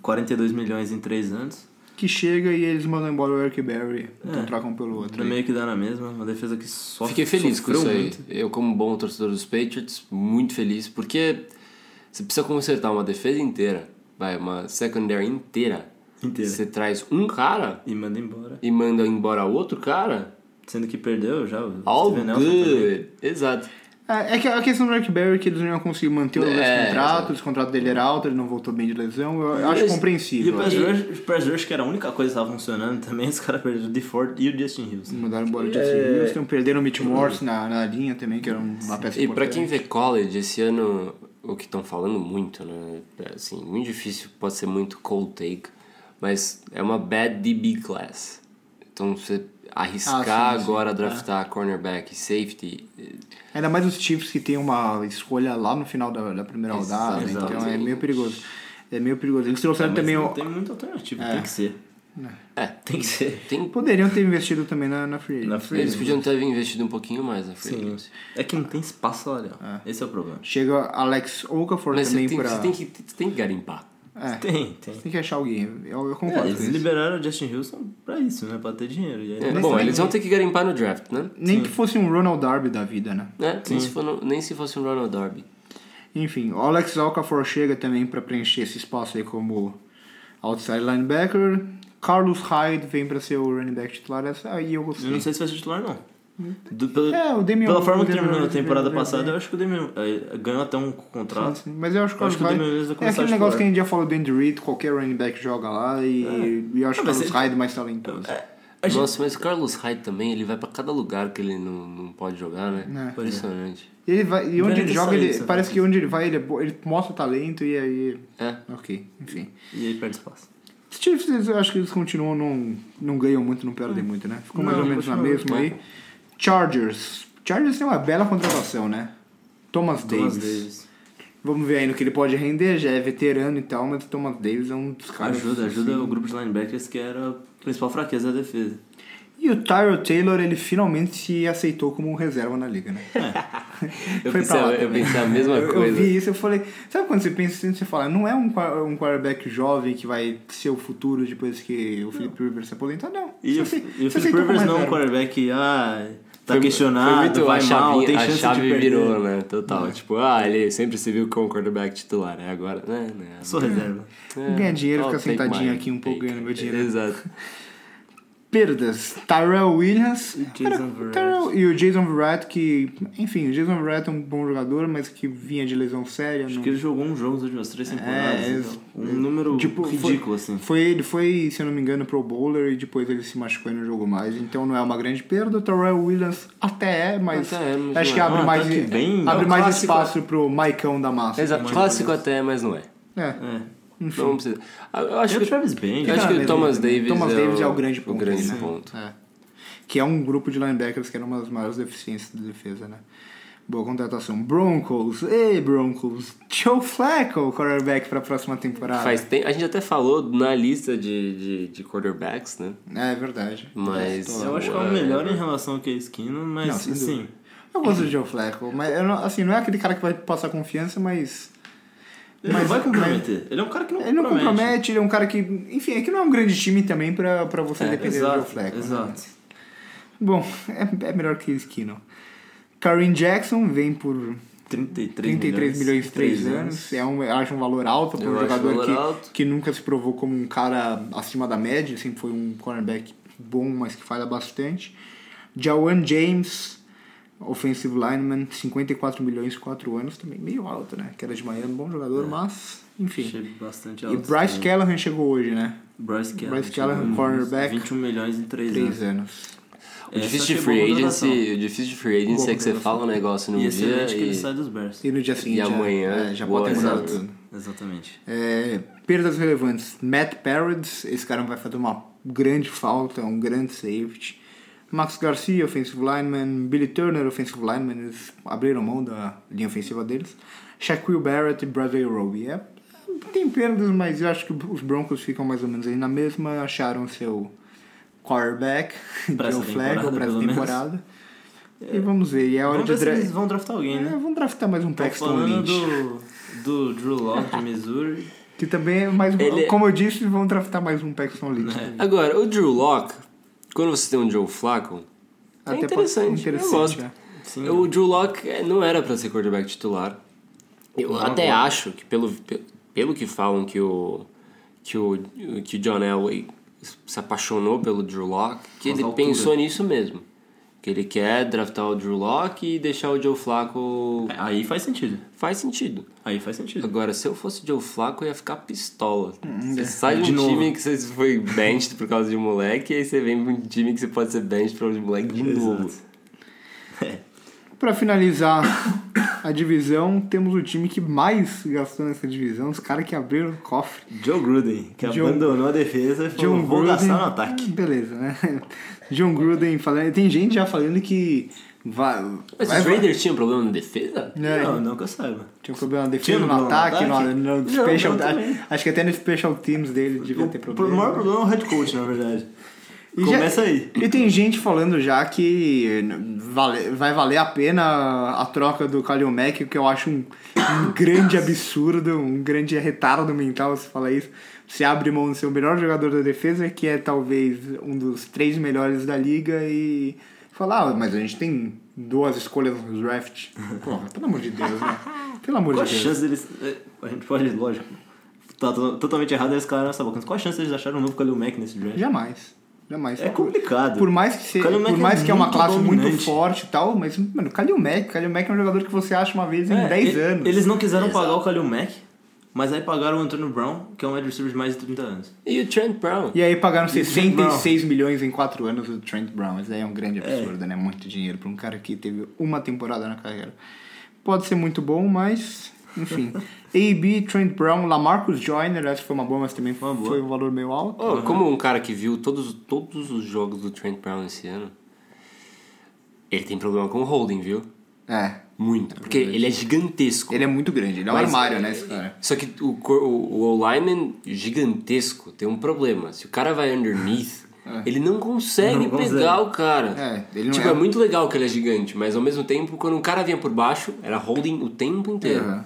42 milhões em 3 anos. que chega e eles mandam embora o Eric Berry. É. Então trocam pelo outro. Também meio que dá na mesma, uma defesa que só Fiquei feliz com sofreu isso aí. muito. Eu, como bom torcedor dos Patriots, muito feliz, porque você precisa consertar uma defesa inteira, vai, uma secondary inteira. Inteira. Você traz um cara E manda embora. e manda embora outro cara. Sendo que perdeu já o All Steven Nelson também. good. Exato. É, é que a questão do Eric Berry é que eles não iam conseguir manter o É, contrato, o contrato dele era alto, ele não voltou bem de lesão. Eu, eu acho Mas- E o compreensível. Pass Rush, o Pass Rush, que era a única coisa que estava funcionando também, os caras perderam o DeFord e o Justin Hills. Mandaram embora o Jesse Houston, perderam o Mitch Morse na, na linha também, que era uma peça E pra importante. quem vê college, esse ano, o que estão falando muito, né? é, Assim, muito difícil, pode ser muito cold take, mas é uma bad DB class. Então, você arriscar Ah, sim, sim. É. agora draftar cornerback e safety, eh, Ainda mais os Chiefs que tem uma escolha lá no final da, da primeira rodada, Exato. então é meio perigoso. É meio perigoso. Eles trouxeram Mas também não o. tem muita alternativa, tem que ser. É. tem que ser. tem... Poderiam ter investido também na, na Free Na Agents. <laughs> free eles podiam ter investido um pouquinho mais na free Sim. agency. É que não tem espaço salarial. Esse é o problema. Chega Alex Okafor Mas você também tem, pra. você, tem que, você tem que garimpar. É. Tem, tem. Tem que achar alguém. Eu, eu É, concordo com eles isso. liberaram o Justin Houston pra isso, né? Pra ter dinheiro. E aí É, não bom, tem eles vão ter que garimpar no draft, né? Nem que fosse um Ronald Darby da vida, né? Né? Nem, se for no- nem se fosse um Ronald Darby. Enfim, o Alex Alcafor chega também para preencher esse espaço aí como outside linebacker. Carlos Hyde vem para ser o running back titular. Essa aí eu Eu não gostei. sei se vai ser titular, não. Do- pelo- É, o Damian- pela forma o que Damian- terminou a temporada Damian- passada, eu acho que o Damian eh, ganhou até um contrato. Mas eu acho que o Eu Carlos acho que o Damian Lewis vai Hyde. É começar aquele a negócio titular. que a gente já falou do Andy Reid, qualquer running back joga lá e, e eu acho Ah, o mas Carlos ele- É. Hyde mais Então, talentoso. A gente- Nossa, mas o Carlos Hyde também, ele vai pra cada lugar que ele não, não pode jogar, né? É. Impressionante. Ele vai, e onde Grande ele joga, saída, ele, sabe? parece que onde ele vai, ele, é bo- ele mostra talento e aí. É. Ok, enfim. E aí perde espaço. Os Chiefs, eles- eu acho que eles continuam, não, não ganham muito, não perdem muito, né? Ficou mais Hum. Não, ou menos na continua. é. mesma aí. Chargers. Chargers tem uma bela contratação, né? Thomas, Thomas Davis. Davis. Vamos ver aí no que ele pode render, já é veterano e tal, mas o Thomas Davis é um dos caras. Ajuda, ajuda o grupo de linebackers que era a principal fraqueza da defesa. E o Tyrell Taylor, ele finalmente se aceitou como um reserva na liga, né? É. <laughs> Eu, Foi pensei, pra lá eu também. pensei a mesma <laughs> Eu- Eu coisa. vi isso, eu falei. Sabe quando você pensa assim, você fala, não é um, qua- um quarterback jovem que vai ser o futuro depois que o Philip Rivers se aposentar, não. E, Você o- ace- e o você Philip aceitou Rivers como não é um reserva. quarterback que ah, tá Foi- questionado, foi vai muito mal, a chavinha- tem a chance chave de perder. virou, né? É. Total. Tipo, ah, ele sempre se viu como quarterback titular, né? Agora, né? né Sou reserva. É, Ganha dinheiro, I'll fica take sentadinho mine. aqui um pouco, Take ganhando it. meu dinheiro. <laughs> Exato. perdas. Tyrell Williams Jason Cara, Verrett. Tyrell- e o Jason Verrett, que, enfim, o Jason Verrett é um bom jogador, mas que vinha de lesão séria. Acho não- que ele jogou um jogo nas últimas três temporadas. É, então, um número Tipo, ridículo, foi, assim. Foi, ele foi, se eu não me engano, pro bowler e depois ele se machucou e não jogou mais. Então não é uma grande perda. O Tyrell Williams até é, mas Até é, mas acho não que é. abre Ah, mais, tá que bem. abre É um mais clássico. espaço pro Maicão da massa. Exato. Clássico até, mas não é. É. É. Enfim. Não precisa. Ah, Eu acho Tem o que, Travis Banks. eu acho Fica que na o mesma Thomas também. Davis, tá Thomas é, Davis o, é o grande ponto. grande né? ponto. É. Que é um grupo de linebackers que era uma das maiores deficiências da defesa, né? Boa contratação. Broncos. Ei, Broncos. Joe Flacco, quarterback para a próxima temporada. Faz tempo, a gente até falou na lista de, de, de quarterbacks, né? É, é verdade. Mas- Gosto. Eu acho que é o melhor em relação ao que Skinner, mas Não, sem assim. dúvida. Eu gosto do Joe Flacco. Mas, eu não- assim, não é aquele cara que vai passar confiança, mas... Ele não Mas- vai comprometer. Ele é um cara que não Ele não compromete, ele é um cara que... Enfim, é que não é um grande time também pra, pra É, você depender do Joe É, Exato, Flacco. né? exato. Bom, é, é melhor que o Skinner. Karim Jackson vem por 33, 33 milhões em 3 três anos. É um, eu acho um valor alto para Eu um acho um jogador valor alto. que, que nunca se provou como um cara acima da média. Sempre foi um cornerback bom, mas que falha bastante. Jawan James, offensive lineman, 54 milhões, 4 anos. Também meio alto, né? Que era de Miami, bom jogador, mas... Enfim. Achei bastante E alto. Bryce também. Callahan chegou hoje, né? Bryce um Callahan. Bryce Callahan, chegou em cornerback. 21 milhões em 3 anos. É, 3 anos. O Essa difícil de achei boa É, free contratação. agency, o difícil de free Boa agency é que você contratação. fala um negócio num E dia excelente que ele e... sai dos Bears. E no dia seguinte já- amanhã, é, já boa bota em temporada. tudo. Exatamente. É, perdas relevantes. Matt Paredes, esse cara vai fazer uma grande falta, um grande safety. Max Garcia, offensive lineman. Billy Turner, offensive lineman. Eles abriram mão da linha ofensiva deles. Shaquille Barrett e Bradley Roby. É, tem perdas, mas eu acho que os Broncos ficam mais ou menos aí na mesma. Acharam seu quarterback, <laughs> Pra Joe essa Flacco, temporada, para essa pelo menos. temporada. E vamos ver. E é hora Vamos ver de se dra... eles vão draftar alguém, É, né? vamos draftar mais um Tô Paxton falando Lynch. do, do Drew Locke de Missouri. Que também é mais um. Ele- Como eu disse, vão draftar mais um Paxton Lynch. É. Agora, o Drew Locke, quando você tem um Joe Flacco, é pode- interessante, eu gosto. é. <laughs> Sim. O Drew Locke eh, não era pra ser quarterback titular. Eu até acho que pelo, pe- pelo que falam que o que o que o John Elway se apaixonou pelo Drew Locke, que As ele alturas. pensou nisso mesmo. Que ele quer draftar o Drew Locke e deixar o Joe Flacco Aí faz sentido. faz sentido. Aí faz sentido. Agora, se eu fosse o Joe Flacco, eu ia ficar pistola. Hum, é. Você sai de um De novo. time que você foi benched por causa de um moleque, e aí você vem pra um time que você pode ser benched por causa de um moleque de novo. Pra finalizar a divisão, temos o time que mais gastou nessa divisão, os caras que abriram o cofre. Joe Gruden, que John- abandonou a defesa e falou, John vou Gruden. gastar no ataque. Ah, Beleza, né? John Gruden falando. Tem gente já falando que. Vai, Mas vai- os Raiders tinham um problema na defesa? É, Não, não que eu saiba. Tinha um problema na Tinha defesa, um no problema no ataque, no, ataque? no Não, special. não, também. acho que até no special teams dele devia ter Tipo, O problema. maior problema é o head coach, na verdade. E já- Começa aí. E tem gente falando já que vale- vai valer a pena a troca do Kalil Mack, o que eu acho um, um grande absurdo, um grande retardo mental você falar isso. Você abre mão do seu melhor jogador da defesa, que é talvez um dos três melhores da liga, e falar, ah, mas a gente tem duas escolhas no <laughs> draft. Porra, pelo amor de Deus, né? Pelo amor Qual a de Deus. chance deles... é, A gente pode, lógico, tá to- totalmente errado eles calaram essa boca. Mas qual a chance deles acharem um novo Khalil Mack nesse draft? Jamais. Jamais. É complicado. Por mais que, se- Kalil Mack por mais é que é uma muito classe muito dominante. forte e tal, mas, mano, Kalil Mack, Kalil Mack é um jogador que você acha uma vez em É, 10 e- anos. Eles não quiseram pagar o Khalil Mack, mas aí pagaram o Antonio Brown, que é um wide receiver de mais de 30 anos. E o Trent Brown? E aí pagaram E o Trent Brown. 66 milhões em 4 anos do Trent Brown. Isso aí é um grande absurdo, né? Muito dinheiro pra um cara que teve uma temporada na carreira. Pode ser muito bom, mas... <laughs> Enfim. AB, Trent Brown, Lamarcus Joyner, essa foi uma boa, mas também foi, Uma boa. um valor meio alto. Oh, Como um cara que viu todos, todos os jogos do Trent Brown esse ano, ele tem problema com o holding, viu? Oh. É. Muito. Porque ele é gigantesco. Ele é muito grande. Ele é um Mas- armário, né, esse cara? Só que o, cor- o, o O-Lineman gigantesco tem um problema. Se o cara vai <laughs> underneath, ele não consegue Não pegar consegue. o cara. É, ele não tipo, é- é... muito legal que ele é gigante, mas ao mesmo tempo, quando o cara vinha por baixo, era holding o tempo é. inteiro. Uhum.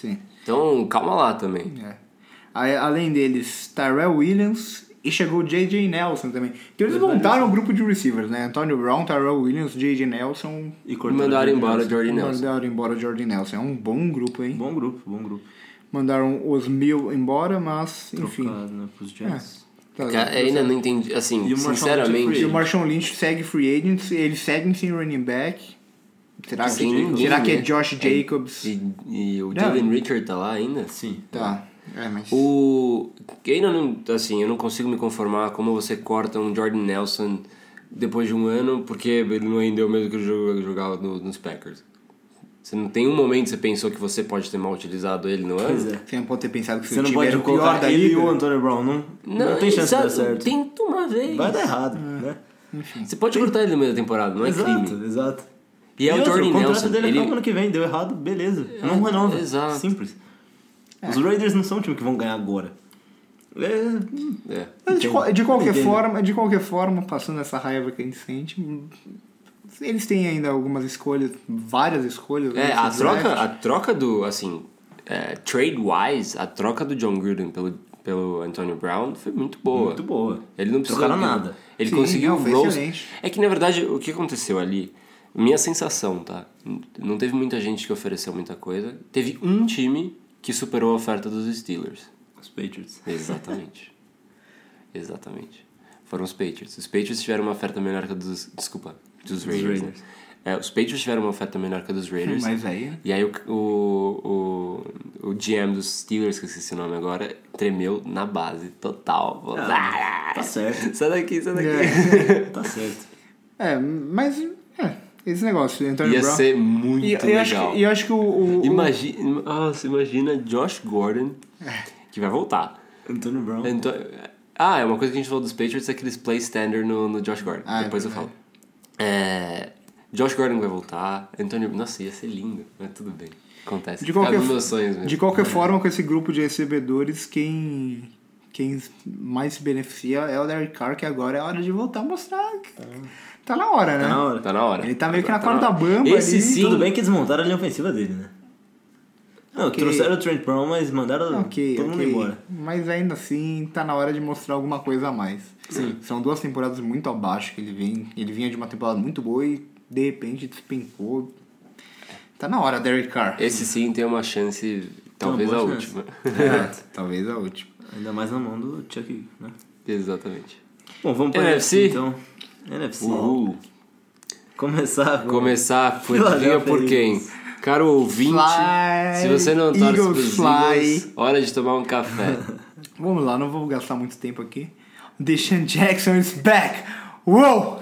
Sim. Então, calma lá também. É. Aí, além deles, Tyrell Williams e chegou o J.J. Nelson também. Então eles montaram o grupo de receivers, né? Antonio Brown, Tyrell Williams, J.J. Nelson. E E cortaram mandaram o Jordan embora o Nelson. Jordan Nelson. Mandaram embora o Jordan Nelson. É um bom grupo, hein? Bom grupo, bom grupo. Mandaram os mil embora, mas, enfim. Trocado, né, pros É. Jets. Tá- Cara, é eu ainda não entendi. Assim, E o Marshawn E sinceramente. o Marshawn Lynch segue free agents, eles seguem sem running back. Será que, Sem ninguém, será que é né? Josh Jacobs? E, e o Não. Jalen Richard tá lá ainda? É. Sim. Tá. É, mas... O. Eu ainda não. Assim, eu não consigo me conformar como você corta um Jordan Nelson depois de um ano porque ele não rendeu mesmo que ele jogava jogava no- nos Packers. Você não tem um momento que você pensou que você pode ter mal utilizado ele no ano? Pois é. Você não pode ter pensado que Você seu não time era pode o pior colocar da ele e liga. o Antônio Brown. Não, não, tem chance de dar certo. Tenta uma vez. Vai dar errado, É. né? Você pode cortar ele no meio da temporada, não é exato, crime. exato. E é o outra, Jordan o contrato Nelson. dele Ele... É, acaba ano que vem, deu errado, beleza. não renova. exato. Simples. É. Os Raiders não são um time que vão ganhar agora. É, É. Mas de, Entendo. qual- de qualquer Entendo. forma, de qualquer forma, passando essa raiva que a gente sente, eles têm ainda algumas escolhas, várias escolhas. É, né, a nesse troca, draft. a troca do, assim, é, trade-wise, a troca do John Gruden pelo, pelo Antonio Brown foi muito boa. muito boa. Ele não precisou... Trocaram nada. Ele Sim, conseguiu não, foi o Rose. excelente. É que, na verdade, o que aconteceu ali... Minha sensação, tá? Não teve muita gente que ofereceu muita coisa. Teve um time que superou a oferta dos Steelers. Os Patriots. <laughs> Exatamente. Exatamente. Foram os Patriots. Os Patriots tiveram uma oferta melhor que a dos. Desculpa, dos Raiders. né? Raiders. É, os Patriots tiveram uma oferta melhor que a dos Raiders. Mas é, aí. E aí o, o, o, o GM dos Steelers, que eu esqueci o nome agora, tremeu na base total. Falou, "Ah, Tá certo, <laughs> sai daqui, sai daqui. tá certo. É, mas. É, esse negócio de Antônio Ia Brown. ser muito e, eu acho legal. que, e eu acho que o. o- o- Imagina, nossa, imagina Josh Gordon, É. que vai voltar. Antônio Brown. Então, ah, é uma coisa que a gente falou dos Patriots é aqueles play standard no, no Josh Gordon. Ah, é Depois eu falo. verdade. É, Josh Gordon vai voltar. Antônio. Nossa, ia ser lindo, mas tudo bem. Acontece. de qualquer, Cabe meus sonhos mesmo. de qualquer forma, com esse grupo de recebedores, quem. Quem mais se beneficia é o Derek Carr, que agora é hora de voltar a mostrar. que- Tá na hora, né? Tá na hora. Tá na hora. Ele tá meio que na Tá na corda hora. bamba Esse ali. sim. Tudo bem que desmontaram a linha ofensiva dele, né? Não, Ok. trouxeram o Trent Brown, mas mandaram Ok, todo mundo ok. embora. Mas ainda assim, tá na hora de mostrar alguma coisa a mais. São duas temporadas muito abaixo que ele vem. Ele vinha de uma temporada muito boa e de repente despencou. Tá na hora, Derek É. Carr. Esse sim tem uma chance, talvez boa a chance. última. É, talvez a última. Ainda mais na mão do Chuck, né? <laughs> Exatamente. Bom, vamos pra NFC? NFC, então. NFC. Uhul. Começar com... Começar por, Philadelphia vinha por quem? Eagles. Caro ouvinte, Fly, se você não torce Eagles pros fly. Eagles, hora de tomar <laughs> um café. Vamos lá, não vou gastar muito tempo aqui. Deshaun Jackson is back! Uou!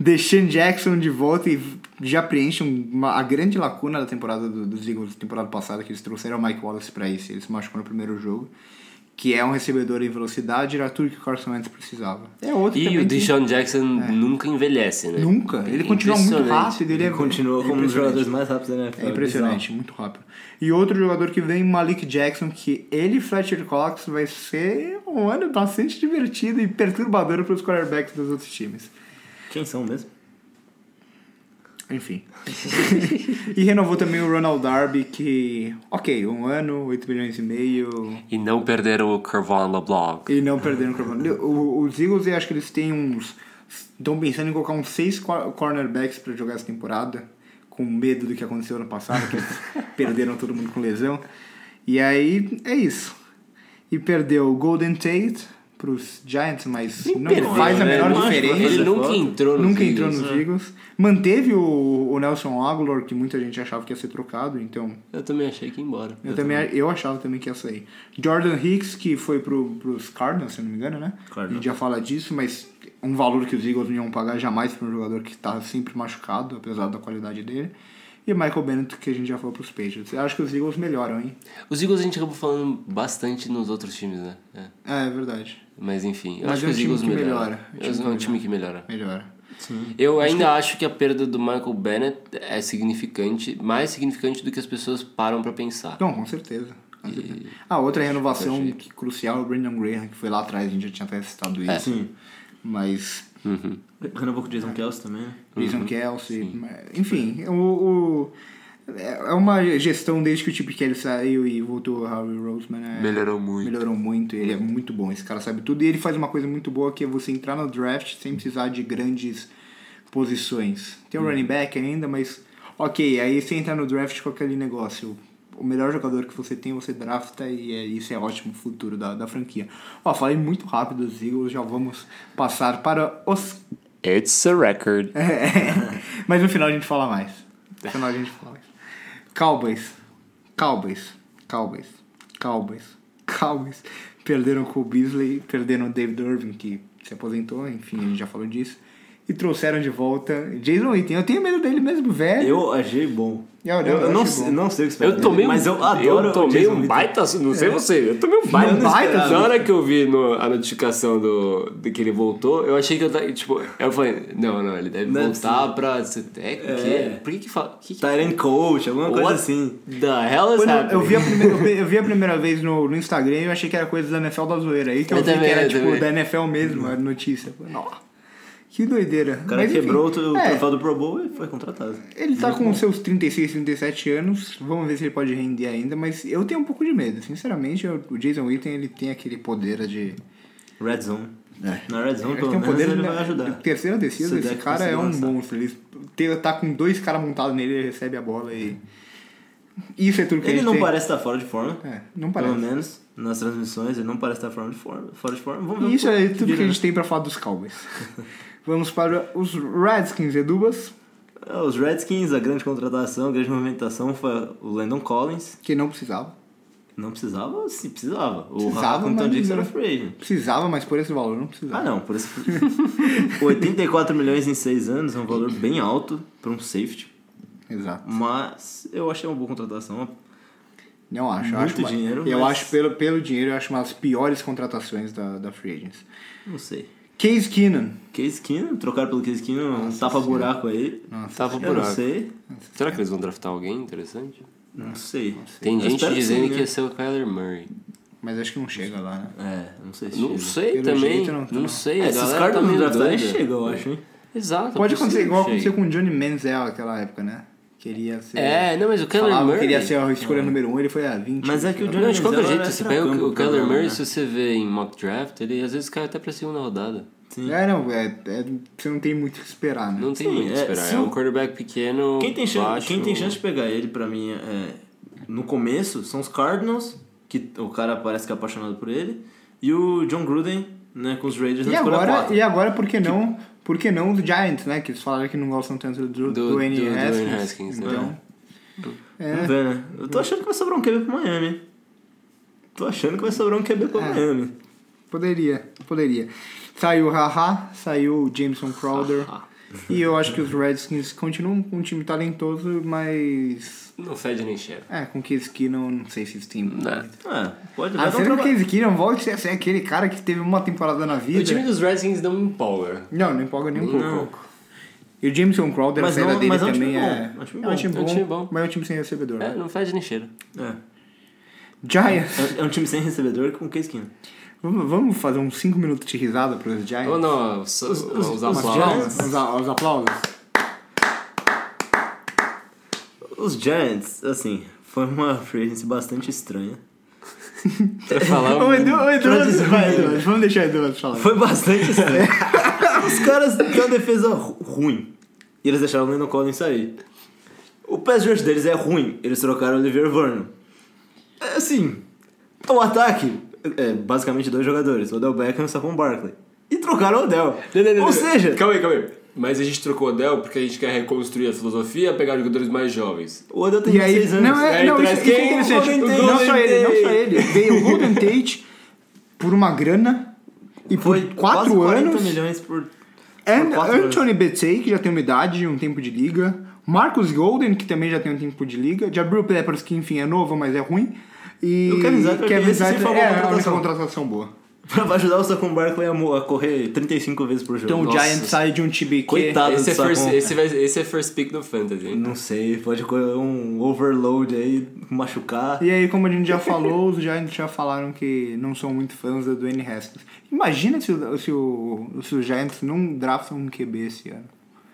Deshaun Jackson de volta e já preenche um, uma- a grande lacuna da temporada do- dos Eagles, temporada passada, que eles trouxeram o Mike Wallace pra isso. Ele se machucou no primeiro jogo, que é um recebedor em velocidade, era tudo que o Carson Wentz precisava. É outro E também o que Deshaun Jackson nunca envelhece, né? Nunca. Ele continua muito Impressionante. rápido. Ele, é- Continua é como um dos impressionante. jogadores mais rápidos da NFL. É impressionante, muito rápido. E outro jogador que vem, Malik Jackson, que ele e Fletcher Cox vai ser um ano bastante divertido e perturbador para os quarterbacks dos outros times. Bizarro. Quem são mesmo? Enfim. <laughs> e renovou também o Ronald Darby, que, ok, um ano, 8 milhões e meio. E não perderam o Carvon LeBlanc. E não perderam o Cleveland. O- Os Eagles, eu acho que eles têm uns. Estão pensando em colocar uns seis cor- cornerbacks pra jogar essa temporada, com medo do que aconteceu ano passado, que eles <laughs> perderam todo mundo com lesão. E aí é isso. E perdeu o Golden Tate pros Giants, mas não perdeu, faz a né? menor Não acho que vai diferença. fazer Ele nunca falta. entrou no é né? Nunca entrou nos Eagles. Manteve o, o Nelson Aguilar, que muita gente achava que ia ser trocado, então Eu também achei que ia embora. eu, também, eu achava também que ia sair. Jordan Hicks, que foi pro, pros Cardinals, se eu não me engano, né? Cardinals. A gente já fala disso, mas um valor que os Eagles não iam pagar jamais para um jogador que tá sempre machucado, apesar da qualidade dele. E Michael Bennett, que a gente já falou pros Patriots. Eu acho que os Eagles melhoram, hein? Os Eagles a gente acabou falando bastante nos outros times, né? É. É, é verdade. Mas enfim, eu Mas é acho que um os time Eagles que melhoram. melhora. É um time É um time que melhora. Melhora. Eu ainda acho que a perda do Michael Bennett é significante, mais significante do que as pessoas param pra pensar. Não, com certeza. Com certeza. Ah, outra renovação que- crucial é o Brandon Graham, que foi lá atrás, a gente já tinha até citado isso. Sim. Mas Renovou com o Jason Kelsey também, né? Jason Uhum. Kelsey, enfim, o, o- é uma gestão desde que o Chip Kelly saiu e voltou o Harvey Roseman. é- Melhorou muito. Melhorou muito, ele é muito bom, esse cara sabe tudo. E ele faz uma coisa muito boa que é você entrar no draft sem precisar de grandes posições. Tem Uhum. o running back ainda, mas ok, aí você entra no draft com aquele negócio. O melhor jogador que você tem, você drafta e é- isso é ótimo pro futuro da, da franquia. Ó, falei muito rápido dos Eagles, já vamos passar para os It's a record. é. <laughs> Mas no final a gente fala mais. No final a gente fala mais. Cowboys. Cowboys. Cowboys. Cowboys. Cowboys. Perderam o Cole Beasley, perderam o David Irving, que se aposentou, enfim, a gente já falou disso. E e trouxeram de volta Jason Witten. Eu tenho medo dele mesmo, velho. Eu achei bom. Eu- eu Eu, eu não, achei sei- bom. não sei o que esperar Eu tomei, dele, um- mas eu adoro eu tomei Jason um Witten. baita susto, não sei você, eu tomei um baita, É. Não, não susto. esperava. Na hora que eu vi no- a notificação do, de que ele voltou, eu achei que eu tava, tipo, eu falei, não, não, ele deve Não é voltar pra... ser- É, que, É. Por que que fala? Que que- Tyrant Coach, alguma coisa What assim. The hell is Quando eu- happening? eu, vi a primeira, eu vi- eu vi a primeira vez no, no Instagram e eu achei que era coisa da NFL da zoeira. Aí que eu, Eu vi também, que era eu tipo também. da NFL mesmo, a notícia. Eu falei, "Nó, Que doideira. O cara Mas, enfim, quebrou o é, troféu do Pro Bowl e foi contratado. Ele tá com seus 36, 37 anos. Vamos ver se ele pode render ainda, mas eu tenho um pouco de medo. Sinceramente, eu- o Jason Witten, ele tem aquele poder de... Red Zone. Na Red Zone, Ele tem um pelo menos, poder ele de- vai ajudar. de terceira descida, Se esse der, cara é conseguir um lançar. monstro. Ele te- tá com dois caras montados nele, ele recebe a bola e... Isso é tudo que a Ele gente não tem. parece estar fora de forma. É, não Pelo parece. menos nas transmissões, ele não parece estar fora de forma. Fora de forma. Vamos ver E isso o é tudo vira, que a né? gente tem pra falar dos <laughs> Cowboys. Vamos para os Redskins, Edubas, É, Os Redskins, a grande contratação, a grande movimentação foi o Landon Collins. que não precisava. Não precisava, se precisava. O Precisava, Rafa Compton mas Dixon não. era free agent. Precisava, mas por esse valor não Ah, precisava. não, por isso. <laughs> 84 milhões em 6 anos, é um valor bem alto para um safety. Exato. Mas eu achei uma boa contratação. Não acho. eu Muito acho uma- dinheiro, Eu mas- acho, pelo, pelo dinheiro, eu acho uma das piores contratações da, da Free Agents. Não sei. Case Keenan. Case Keenan, trocar pelo Case Keenan, um tapa-buraco aí. Tava Eu não buraco. sei. Será que eles vão draftar alguém interessante? Não sei. Tem Eu gente espero que dizendo sim, que né? ia ser o Kyler Murray. Mas acho que não chega lá, né? É, não sei se Não chega. sei Pelo também, jeito, não tá, não não. sei, É, a se os galera caras tá não meio draftarem, doida. chega, eu acho, hein? Exato. Pode é possível acontecer que igual chegue. aconteceu com o Johnny Manziel naquela época, né? Queria ser... É, não, mas o Kyler falava que Murray... queria ser a escolha número 1, um, ele foi a 20. Mas é que sei o lá. Johnny- Não, de qualquer Mas ela jeito, é você pega o, fracão o pro Kyler programa, Murray, né? se você vê em mock draft, ele às vezes cai até pra segunda rodada. Sim. É, não, é, é- você não tem muito o que esperar, né? Não tem Sim, muito o que é, esperar. se É o- um quarterback pequeno, Quem tem, chan- baixo, quem tem chance de pegar ele, pra mim, é, no começo, são os Cardinals, que o cara parece que é apaixonado por ele, e o John Gruden, né, com os Raiders na E escolha agora, 4. e agora, por que não? Por que não do Giants, né? Que eles falaram que não gostam tanto do, do, Do- N. do- do Haskins. N. Haskins, né? então, Vamos ver, né? Eu tô achando que vai sobrar um QB pro Miami. hein? Tô achando que vai sobrar um QB pro Miami. poderia, poderia. Saiu o Haha, saiu o Jameson Crowder. e eu acho que os Redskins continuam com um time talentoso, mas. Não fede nem cheira. É, com o Case Keenum, não sei se eles têm. muito. É, pode A vai não ser dar um que o trabalho. Case Keenum volte a ser aquele cara que teve uma temporada na vida. O time dos Redskins não empolga. Não, não empolga nem um pouco. Não. E o Jameson Crowder, Mas a saída não- dele mas é um time também bom, é. é um time É um bom. time É um time bom. bom, mas é um time sem recebedor. É, né? não fede nem cheira. É. Giants. É- É um time sem recebedor com o Case Keenum. Vamos vamos fazer uns 5 minutos de risada para os É. Giants? Ou não, os, os, os, Os aplausos. Giants? Os, a- os aplausos? Os Giants, assim, foi uma free agency bastante estranha. Pra <laughs> falar Ô, Edu, ô, Edu, Pra dizer- vai, Edu, vamos deixar o Edu falar. Foi <laughs> bastante estranho. Os caras têm uma defesa ru- ruim. E eles deixaram o Landon Collins sair. O pass rush deles é ruim. Eles trocaram o Olivier Vernon. É, Assim, o ataque é basicamente dois jogadores. O Odell Beckham e o Saquon Barkley. E trocaram o Odell. Não, não, não, Ou não. seja, Calma aí, calma aí. Mas a gente trocou o Dell porque a gente quer reconstruir a filosofia, pegar jogadores mais jovens. o Odell tem E aí, 26 anos. não, é, Aí não isso, traz isso é quem? interessante. O Golden Não Tate. só ele, não só ele. Veio o Golden Tate por uma grana e por Foi 4 quase 40 anos. milhões por... And- por quatro Anthony Betsey, que já tem uma idade e um tempo de liga. Marcus Golden, que também já tem um tempo de liga. Jabril Peppers, que enfim é novo, mas é ruim. E E o Kevin Zeitler, que esse sim Zeitler foi uma é a única contratação. contratação boa. Pra ajudar o Saquon Barkley a mo- a correr 35 vezes por jogo. Então o Nossa. Giants sai de um time que... Coitado Esse é, do Saquon. first, esse, vai, esse é first pick do Fantasy. Não sei, pode correr um overload aí, machucar. E aí, como a gente já falou, os Giants já falaram que não são muito fãs da Dwayne Haskins. Imagina se, o- se, o, se os Giants não draftam um QB esse ano.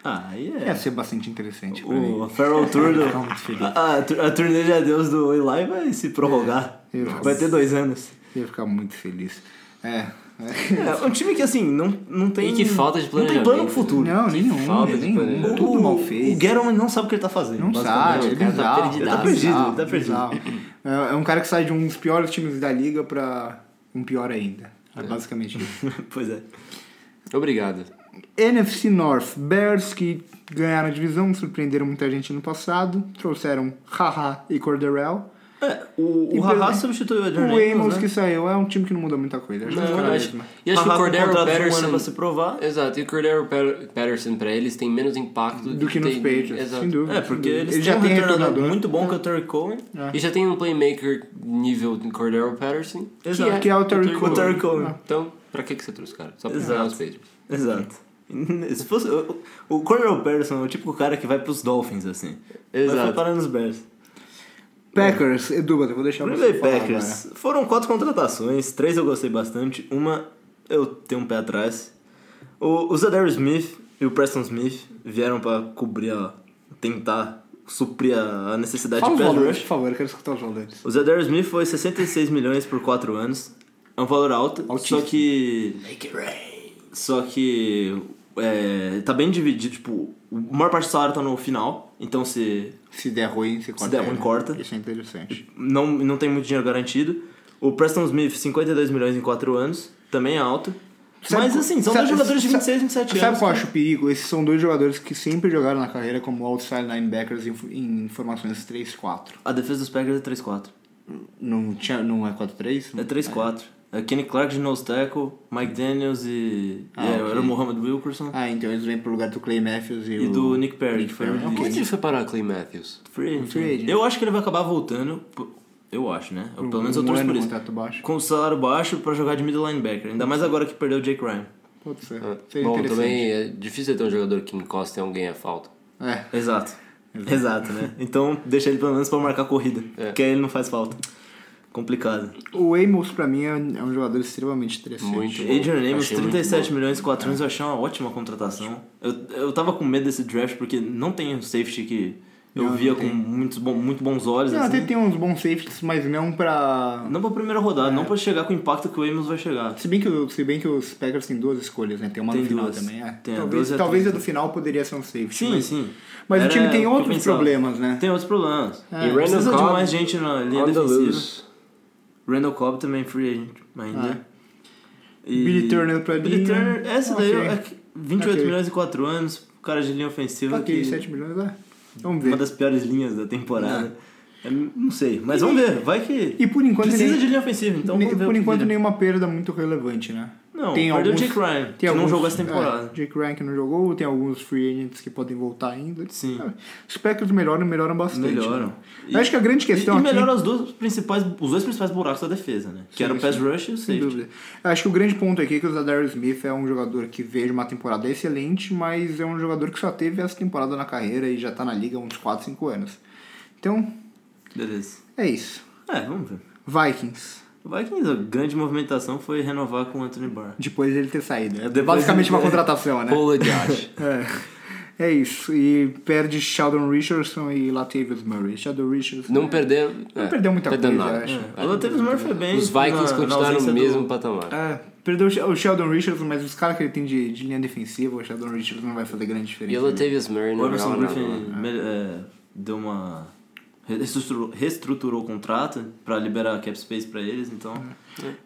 Ah, aí Ia é. ser bastante interessante pra mim. O Feral <laughs> Tour do. Tá muito feliz. A, a, tur- a turnê de adeus do Eli vai se prorrogar. É. Nossa. Vai ter dois anos. Ia ficar muito feliz. É. É, um time que assim, não, não tem. E que falta de Não tem plano planejamento, pro futuro. Não, nenhum, falta de nenhum. planejamento. né? Tudo mal O feito. Guerrero não sabe o que ele tá fazendo. Não basicamente. sabe, é o cara bizarro. É Ele tá tá perdidaço. perdido, bizarro, ele tá perdido. bizarro. É é um cara que sai de um dos piores times da liga pra um pior ainda. É basicamente isso. <laughs> pois é. Obrigado. NFC North, Bears que ganharam a divisão, surpreenderam muita gente no passado, trouxeram Haha e Corderell. É, o, E o Haha pelo- substituiu o O Adrian Amos, Amos né? que saiu é um time que não muda muita coisa. Acho que Não, os caras- acho- E acho Haha que o com Cordero contrato de um ano Patterson... pra se provar. Exato, e o Cordero Pat- Patterson pra eles tem menos impacto do que nos tem- Patriots, Exato. sem dúvida. É, porque sem dúvida. Ele eles têm já um tem retornador retornador. muito bom que é o Terry Cohen. E já tem um playmaker nível do Cordero Patterson. Exato. Que é o Terry O Cohen. Ah. Terry Cohen. Então, pra que, que você trouxe, cara? Só pra Exato. ganhar os Patriots. Exato. <laughs> Se fosse, o o Cordell Patterson é o tipo cara que vai pros Dolphins, assim. Vai Exato. foi parar nos Bears. Packers, Edu, eu vou deixar Green Então você Bay falar Packers. Foram quatro contratações, três eu gostei bastante, uma eu tenho um pé atrás. O, o Zadarius Smith e o Preston Smith vieram pra cobrir a... tentar suprir a, a necessidade Fala de os pass valores, rush. por favor, eu quero escutar os valores. O Zadarius Smith foi 66 milhões por 4 anos. É um valor alto, Altíssimo. só que... Só que... É, tá bem dividido, tipo... A maior parte do salário tá no final, então se Se der ruim, você corta. der ruim, ele. corta. Isso é interessante. não, não tem muito dinheiro garantido. O Preston Smith, 52 milhões em 4 anos, também é alto. Sabe Mas qu- assim, são sabe- dois jogadores de sabe- 26, 27 Sabe anos. né? qual eu acho o perigo? Esses são dois jogadores que sempre jogaram na carreira como outside linebackers em, em formações 3-4. A defesa dos Packers é 3-4. Não, tinha, não é 4-3? É 3-4. É Kenny Clark de nose tackle, Mike Daniels e... Ah, e é, ok. Era o Mohamed Wilkerson. Ah, então eles vêm pro lugar do Clay Matthews e, E o... do Nick Perry, que foi Perry. release. Onde ele foi parar, Clay Matthews? Free agent. Free agent. Eu acho que ele vai acabar voltando. p- Eu acho, né? Eu- pelo menos eu Um torço ano por isso. contrato baixo. Com o salário baixo pra jogar de middle linebacker. Ainda mais agora que perdeu o Jake Ryan. Pode ser. Ah, Seria Bom, interessante. também é difícil ter um jogador que encosta em alguém a falta. É. Exato. Exato, né? Então deixa ele pelo menos pra marcar corrida. É. Porque aí ele não faz falta. Complicado. O Amos, pra mim, é é um jogador extremamente interessante. Muito. Bom, Adrian Amos, achei muito 37 bom. milhões e 4 anos, eu achei uma ótima contratação. Eu, eu tava com medo desse draft porque não tem um safety que eu Não, via não com tem. muitos bom, muito bons olhos. Não, assim. até tem uns bons safeties, mas não pra... Não pra primeira É. rodada, não pra chegar com o impacto que o Amos vai chegar. Se bem, que, o- se bem que os Packers têm duas escolhas, né? Tem uma Tem no final duas. também, é. Tem a talvez 12 e a talvez a 30. do final poderia ser um safety. Sim, mas, sim. mas o assim, time Era tem o que eu outros pensava. problemas, né? Tem outros problemas. É. E Randall precisa de Cobb mais gente na linha On the defensiva. loose. Randall Cobb também é free agent ainda. E- É. Billy Turner pra Billy linha. Turner, essa daí Ok. é que- 28 Ok. milhões e 4 anos, cara de linha ofensiva. Ok, que- 7 milhões, é. Vamos ver. uma das piores linhas da temporada. É, não sei, mas vamos ver, vai que. E por enquanto... precisa nem- de linha ofensiva, então nem- vamos ver. o por que enquanto, vira. nenhuma perda muito relevante, né? Não, tem perdeu o alguns- Jake Ryan, que Tem alguns, não jogou essa temporada. É, Jake Ryan que não jogou, tem alguns free agents que podem voltar ainda. Sim. É, Os Packers melhoram, melhoram bastante. Melhoram. né? Eu acho que a grande questão e, e aqui- melhora os dois principais, os dois principais buracos da defesa, né? Que Sim, era o pass rush e o Sem safety. dúvida. Acho que o grande ponto aqui é que o Zadarius Smith é um jogador que veio uma temporada excelente, mas é um jogador que só teve essa temporada na carreira e já tá na liga há uns 4, 5 anos. Então, Beleza. é isso. É, vamos ver. Vikings. O Vikings, a grande movimentação foi renovar com o Anthony Barr. Depois dele ter saído. É Depois basicamente ele- uma contratação, né? Paula Josh. É. É isso. E perde Sheldon Richardson e Latavius Murray. Sheldon Richardson. Não perder... Não é, perdeu muita perdeu coisa, nada. acho. É, o Latavius Murray foi bem. Os Vikings na- na continuaram ausência no mesmo do- patamar. É, perdeu o Sheldon Richardson, mas os caras que ele tem de, de linha defensiva, o Sheldon Richardson não vai fazer grande diferença. né? E o Latavius Murray O não Everson jogava nada, Griffin né? mel- é, deu uma. Reestruturou, reestruturou o contrato pra liberar cap space pra eles, então.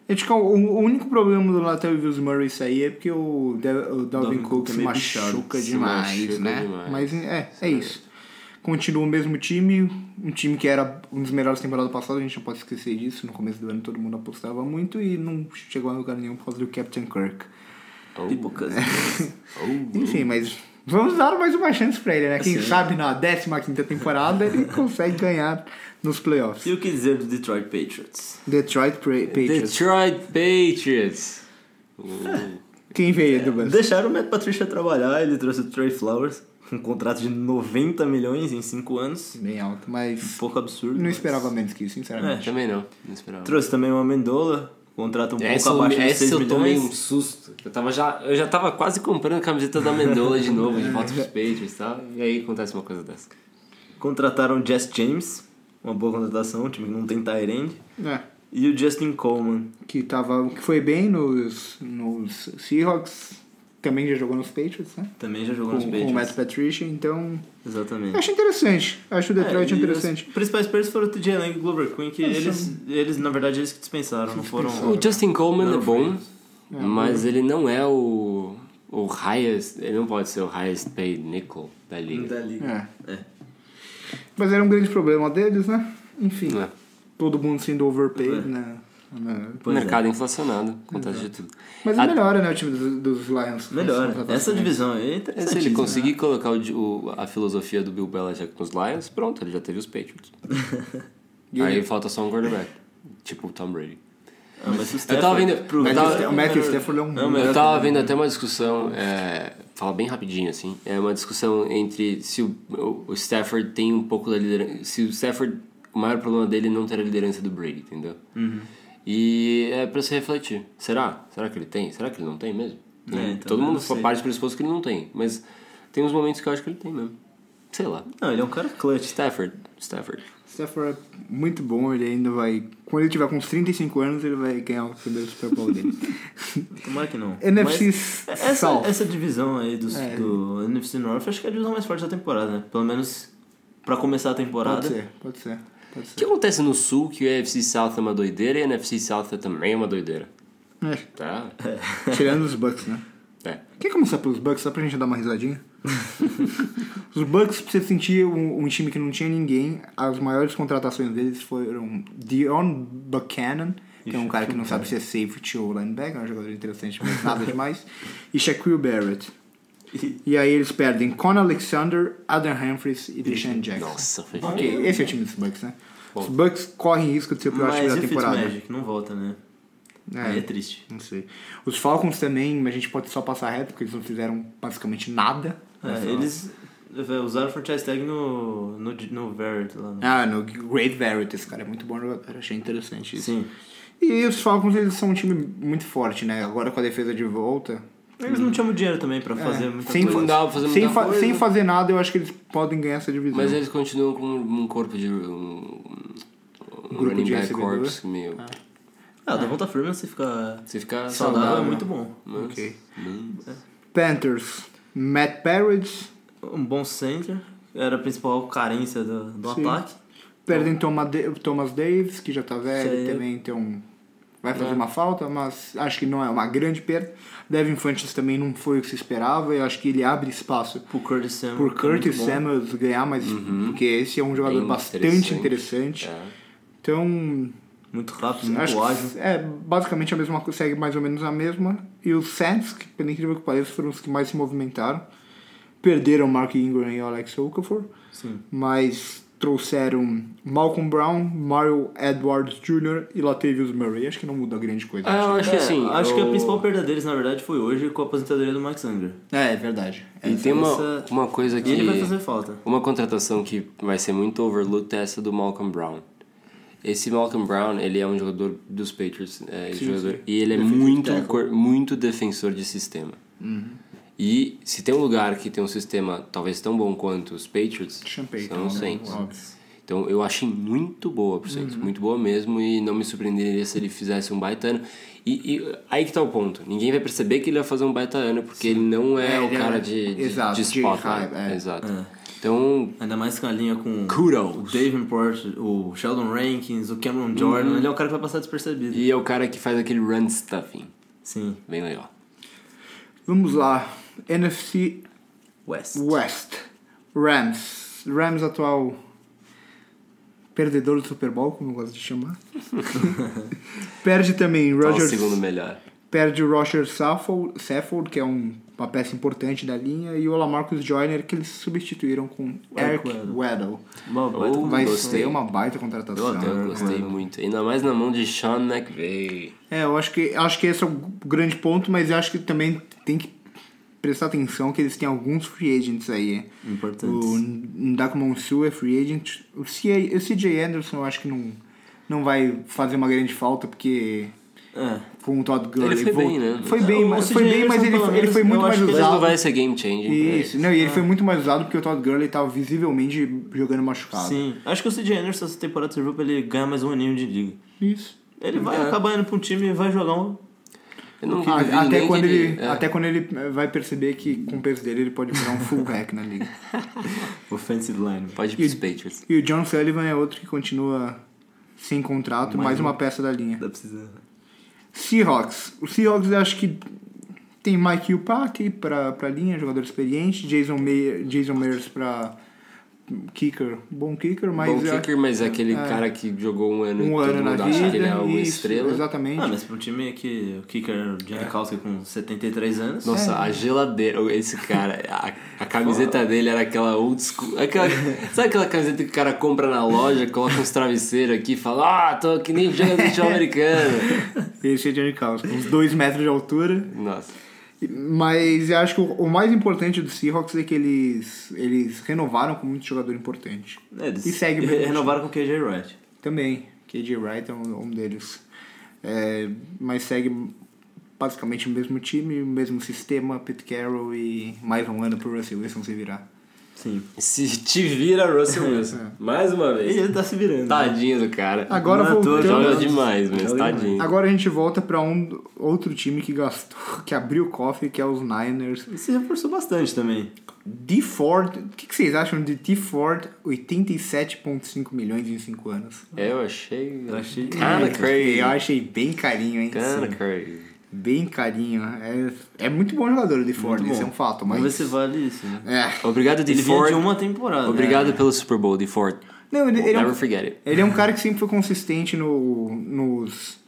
É, tipo, o, o único problema do Latavius Murray sair é porque o, Da- o Dalvin Dalvin Cook Cook se é meio bichado. machuca Se demais, machuca né? demais. Mas é, é isso. Continua o mesmo time, um time que era um dos melhores temporadas passadas, a gente não pode esquecer disso. No começo do ano todo mundo apostava muito e não chegou a lugar nenhum por causa do Captain Kirk. Oh. Pipocas. <laughs> Oh, Uh, Enfim, mas vamos dar mais uma chance pra ele, né? Quem Assim. sabe na 15 temporada <laughs> ele consegue ganhar nos playoffs. E o que dizer do Detroit Patriots? Detroit Pra- Patriots. Detroit Patriots. É. Uh, Quem veio, Edubas? Deixaram o Matt Patricia trabalhar, ele trouxe o Trey Flowers, um contrato de 90 milhões em 5 anos. Bem alto, Um mas pouco absurdo. não mas- esperava menos que isso, sinceramente. Também não, não esperava. Trouxe também o Amendola, contrato um Essa, pouco eu- abaixo de essa 6 eu tomei um milhões. susto. Eu, tava já, eu já tava quase comprando a camiseta da Mendola de novo, de volta pros Patriots e tal. E aí acontece uma coisa dessa. Contrataram o Jess James, uma boa contratação, um time que não tem Tyrande. É. E o Justin Coleman, Que, tava, que foi bem nos, nos Seahawks, também já jogou nos Patriots, né? também já jogou Com, nos com o Patriots. Matt Patricia, então. Exatamente. eu Acho interessante. Acho o Detroit É, e interessante. Os principais players foram o TJ Lang e o Glover Queen, que eles, eles, na verdade, eles que dispensaram, não foram... dispensaram. O Justin Coleman é Não, bom, foi- mas ele não é o, o highest. Ele não pode ser o highest paid nickel da liga. Da liga. É. É. Mas era um grande problema deles, né? Enfim. Não é. todo mundo sendo É. overpaid, né? né? Pois é. mercado inflacionado, acontece de tudo. Mas é A- melhor, né, o time dos, dos Lions. Melhor. Essa divisão aí é É, Se interessante. ele conseguir colocar o di- o- a filosofia do Bill Belichick nos Lions, pronto, ele já teve <laughs> os Patriots. Aí falta só um quarterback, tipo o Tom Brady. Ah, Eu tava vendo- eu tava- O Matthew Stafford é um... Não, mas- Eu tava vendo até uma discussão, é, falar bem rapidinho assim, é uma discussão entre se o, o Stafford tem um pouco da liderança, se o Stafford, o maior problema dele é não ter a liderança do Brady, entendeu? Uhum. E é pra se refletir, será? Será que ele tem? Será que ele não tem mesmo? É, E então, Todo eu mundo não sei. parte do pressuposto que ele não tem, mas tem uns momentos que eu acho que ele tem mesmo. Sei lá. Não, ele é um cara clutch. Stafford, Stafford. Stafford é muito bom, ele ainda vai... Quando ele tiver com uns 35 anos, ele vai ganhar o primeiro Super Bowl dele. Tomara que não. NFC Mas essa, South. essa divisão aí dos- É. do NFC North, acho que é a divisão mais forte da temporada, né? Pelo menos pra começar a temporada. Pode ser, pode ser. Pode O ser. que acontece no sul que o AFC South é uma doideira e a NFC South é também uma doideira? É, <laughs> Tá? tirando os Bucks, né? É. Quer começar pelos Bucks só pra gente dar uma risadinha? <laughs> Os Bucks, pra você sentir um, um time que não tinha ninguém, as maiores contratações deles foram Dion Buchanan, que é um cara que não sabe se é safety ou linebacker, é um jogador interessante, mas nada demais, e Shaquille Barrett. E aí eles perdem Con Alexander, Adam Humphries e Deshaun Jackson. Nossa, foi feio. Ok, esse é o time dos Bucks, né? Os Bucks correm risco de ser o pior time Mas da e o temporada. Fitzmagic? Não volta, né? Aí é É, triste. não sei. Os Falcons também, a gente pode só passar reto, porque eles não fizeram basicamente nada. É, eles é, usaram o franchise tag no, no, no Barrett lá. né? No... Ah, no Great Verity, esse cara é muito bom jogador, achei interessante isso. Sim. E os Falcons, eles são um time muito forte, né? Agora com a defesa de volta. Eles não tinham dinheiro também pra fazer Hum. É, muita sem, coisa. Não dá pra fazer sem, muita fa- coisa. sem fazer nada, eu acho que eles podem ganhar essa divisão. é. Mas eles continuam com um corpo de. Um, um Grupo running de back recebedor. corps meio. Ah, É. dá volta firme você ficar Você fica saudável, saudável. é muito Um bom. Mas- é Ok. mas- Panthers, Matt Parrots, Um bom center, era a principal carência do, do Sim. ataque. perdem Toma Da- Thomas Davis, que já tá velho, Sim. também tem um... Vai fazer É. uma falta, mas acho que não é uma grande perda. Devin Funches também não foi o que se esperava, eu acho que ele abre espaço Pro Curtis Samuel. por que é muito Curtis bom. Uhum. Samuels ganhar mais, porque esse é um jogador Bem bastante interessante. interessante. É. Então, Muito rápido, muito acho ágil. que é basicamente a mesma coisa, segue mais ou menos a mesma. E os Saints, que pelo incrível que pareça, foram os que mais se movimentaram. Perderam Mark Ingram e Alex Okafor, Sim. mas trouxeram Malcolm Brown, Mario Edwards Jr. e Latavius Murray. Acho que não muda grande coisa. Ah, eu acho que É, assim. acho que a eu- principal perda deles, na verdade, foi hoje com a aposentadoria do Max Sanger. É, é verdade. E tem uma, essa- uma coisa E que. ele vai fazer falta. Uma contratação que vai ser muito overlooked é essa do Malcolm Brown. Esse Malcolm Brown, ele é um jogador dos Patriots. é, jogador, E ele é muito, cor- muito defensor de sistema. Uhum. E se tem um lugar que tem um sistema talvez tão bom quanto os Patriots, Champagne, são os né? Saints. Óbvio. Então eu achei muito boa pro Saints, Uhum. muito boa mesmo, e não me surpreenderia se ele fizesse um baita ano. E, e aí que tá o ponto. Ninguém vai perceber que ele vai fazer um baita ano, porque ele não é, É, o ele é- cara de, de, exato, de de spotlight. hype, é. Exato. Então, Ainda mais com a linha com Kudos. o Davenport, o Sheldon Rankins, o Cameron Jordan. Ele é um cara que vai passar despercebido. E é o cara que faz aquele run stuffing. Sim. Bem legal. Vamos lá. NFC West. West. Rams. Rams atual perdedor do Super Bowl, como eu gosto de chamar. perde também Tá o Rogers. segundo melhor. Perde o Roger Saffold, Saffold, que é um- uma peça importante da linha, e o Lamarcus Joyner, que eles substituíram com Eric Eric Weddle. Bom, vai tomar Vai um gol. ser uma baita contratação. Eu adoro. Então, Eu gostei muito. Ainda mais na mão de Sean McVay. É, eu acho que, acho que esse é o grande ponto, mas eu acho que também tem que prestar atenção que eles têm alguns free agents aí. Importantes. O Ndaku Monsu é free agent. O CJ o CJ Anderson eu acho que não, não vai fazer uma grande falta, porque É. com o Todd Gurley... Ele foi vol- bem, né? Foi bem, O mas, CJ foi bem, mas Anderson, ele, pelo foi- ele foi menos, muito eu mais acho que Mas não usado. vai ser game changing pra Isso, não, e ele foi muito mais usado porque o Todd Gurley tava visivelmente jogando machucado. Sim. Acho que o CJ Anderson essa temporada serviu pra ele ganhar mais um aninho de liga. Isso. Ele vai É. acabar indo pra um time e vai jogar um. Eu não A- duvido Ah, até, nem quando que ele, é. até quando ele vai perceber que com o peso dele ele pode virar um fullback na <laughs> liga. Offensive line. Pode ir pros Patriots. E o John Sullivan é outro que continua sem contrato, mais, uma peça da linha. Dá precisa. Seahawks. O Seahawks eu acho que tem Mike Yupati pra, pra linha, jogador experiente, Jason, May, Jason Mayers pra, kicker, bom kicker, mas Bom é- kicker, mas é aquele cara que jogou um ano um e ano todo na mundo vida. acha que ele é uma isso, estrela. Exatamente. Ah, mas pra um time que o kicker era o Janikowski com 73 anos. Nossa, É. a geladeira, esse cara, a, a camiseta dele era aquela old school. Aquela, sabe aquela camiseta que o cara compra na loja, coloca uns travesseiros aqui e fala, ah, tô que nem jogador de futebol americano. Esse é Johnny Carlos, com uns 2 metros de altura. Nossa. Mas eu acho que o o mais importante do Seahawks é que eles, eles renovaram com muito jogador importante. É, eles E segue <laughs> o mesmo Renovaram com o KJ Wright. Também, KJ Wright é um, um deles. É, mas segue basicamente o mesmo time, o mesmo sistema, Pete Carroll e mais um ano pro Russell Wilson se virar. Sim. Se te vira Russell Wilson. Mais uma vez. Ele tá se virando. né? Tadinho do cara. É. Agora Não é à toa, voltando- Joga jogando. demais mesmo, Joga tadinho. Agora a gente volta pra um outro time que gastou, <laughs> que abriu o cofre, que é os Niners. E se reforçou bastante também. D Ford, o que, que vocês acham de D Ford 87,5 milhões em 5 anos? Eu achei. Eu achei- Cara, crazy. Eu achei bem carinho, hein? Cara, Sim. crazy. Bem carinho. É, é muito bom jogador o D Ford, Muito isso é bom. um fato, Vamos ver se mas. vale isso, né? É. Obrigado, De Ele vinha Ford. de uma temporada. Obrigado né? pelo Super Bowl, De Ford. Não, um- É. ele, ele é Never um, forget it. ele é um cara que sempre foi consistente no, nos,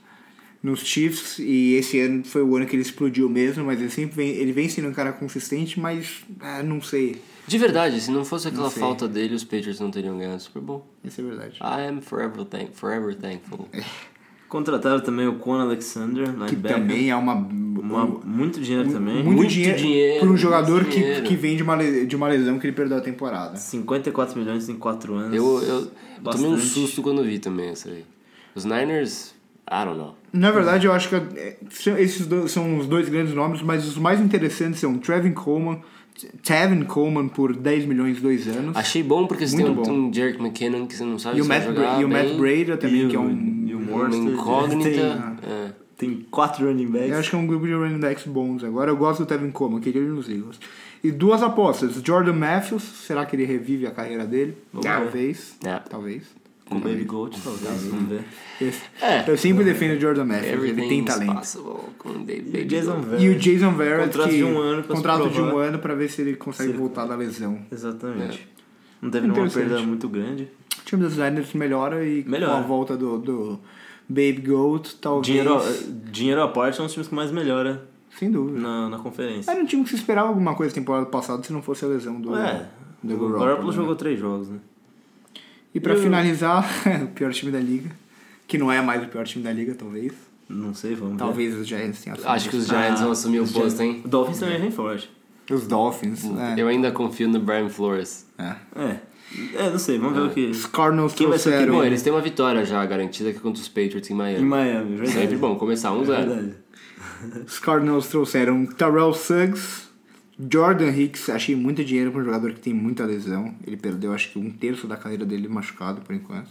nos Chiefs e esse ano foi o ano que ele explodiu mesmo, mas ele sempre vem, ele vem sendo um cara consistente, mas ah, não sei. De verdade, se não fosse aquela sei. falta dele, os Patriots não teriam ganhado o Super Bowl. Isso é verdade. I am forever, thank, <laughs> forever thankful. Contrataram também o Con Alexander, que linebacker. também é uma, Uma- muito dinheiro também. muito, muito dinheiro, dinheiro, para um muito jogador que, dinheiro. que vem de uma, le- de uma lesão que ele perdeu a temporada. 54 milhões em 4 anos. Eu, eu, eu tomei um Bastante. susto quando eu vi também essa aí. Os Niners, I don't know. Na verdade, eu acho que eh, são- esses dois, são os dois grandes nomes, mas os mais interessantes são Tevin Coleman, Tevin Coleman por 10 milhões dois anos. Achei bom porque você tem Muito um, bom. um Jerick McKinnon que você não sabe E o se Matt, vai Bra jogar e o Matt bem, Breda também, E o- que é um. e o uma Morstead, incógnita. é. Tem 4 running backs. Eu acho que é um grupo de running backs bons. Agora eu gosto do Tevin Coleman, queria ele nos Eagles. E duas apostas: Jordan Matthews, será que ele revive a carreira dele? Talvez. Não. Talvez. Com o Baby Gold, talvez. Vamos ver. É. Eu sempre defendo o Jordan Matthews, ele tem Everything's talento. possible com o David E o Baby Jason Gold. E Verrett. o Jason Verrett Contrato que de um ano pra se contrato de um provar. ano para ver se ele consegue Se- voltar da lesão. Exatamente. Não teve nenhuma É. Interessante. perda muito grande. O time dos Niners melhora e com Melhora. a volta do, do Baby Gold, talvez. Dinheiro, dinheiro à parte, é um dos times que mais melhora Sem dúvida. na, na conferência. É. Era um time que se esperava alguma coisa temporada passada se não fosse a lesão do, É. do O Garoppolo, Garoppolo né? jogou 3 jogos, né? E pra Eu- finalizar, <laughs> o pior time da liga, que não é mais o pior time da liga, talvez. Não sei, vamos ver. Talvez os Giants tenham Acho que os Giants Ah, vão assumir o posto, hein? O Dolphins também vem forte. Os Dolphins, Hum, né? Eu ainda confio no Brian Flores. É. É. É, não sei, vamos ver o que. Os Cardinals Quem vai ser trouxeram... Bom, eles têm uma vitória já garantida que é contra os Patriots em Miami. Em Miami, é verdade. É Sempre bom, começar um É zero. Verdade. Os Cardinals trouxeram Terrell Suggs, Jordan Hicks, achei muito dinheiro para um jogador que tem muita lesão. Ele perdeu acho que um terço da carreira dele machucado por enquanto.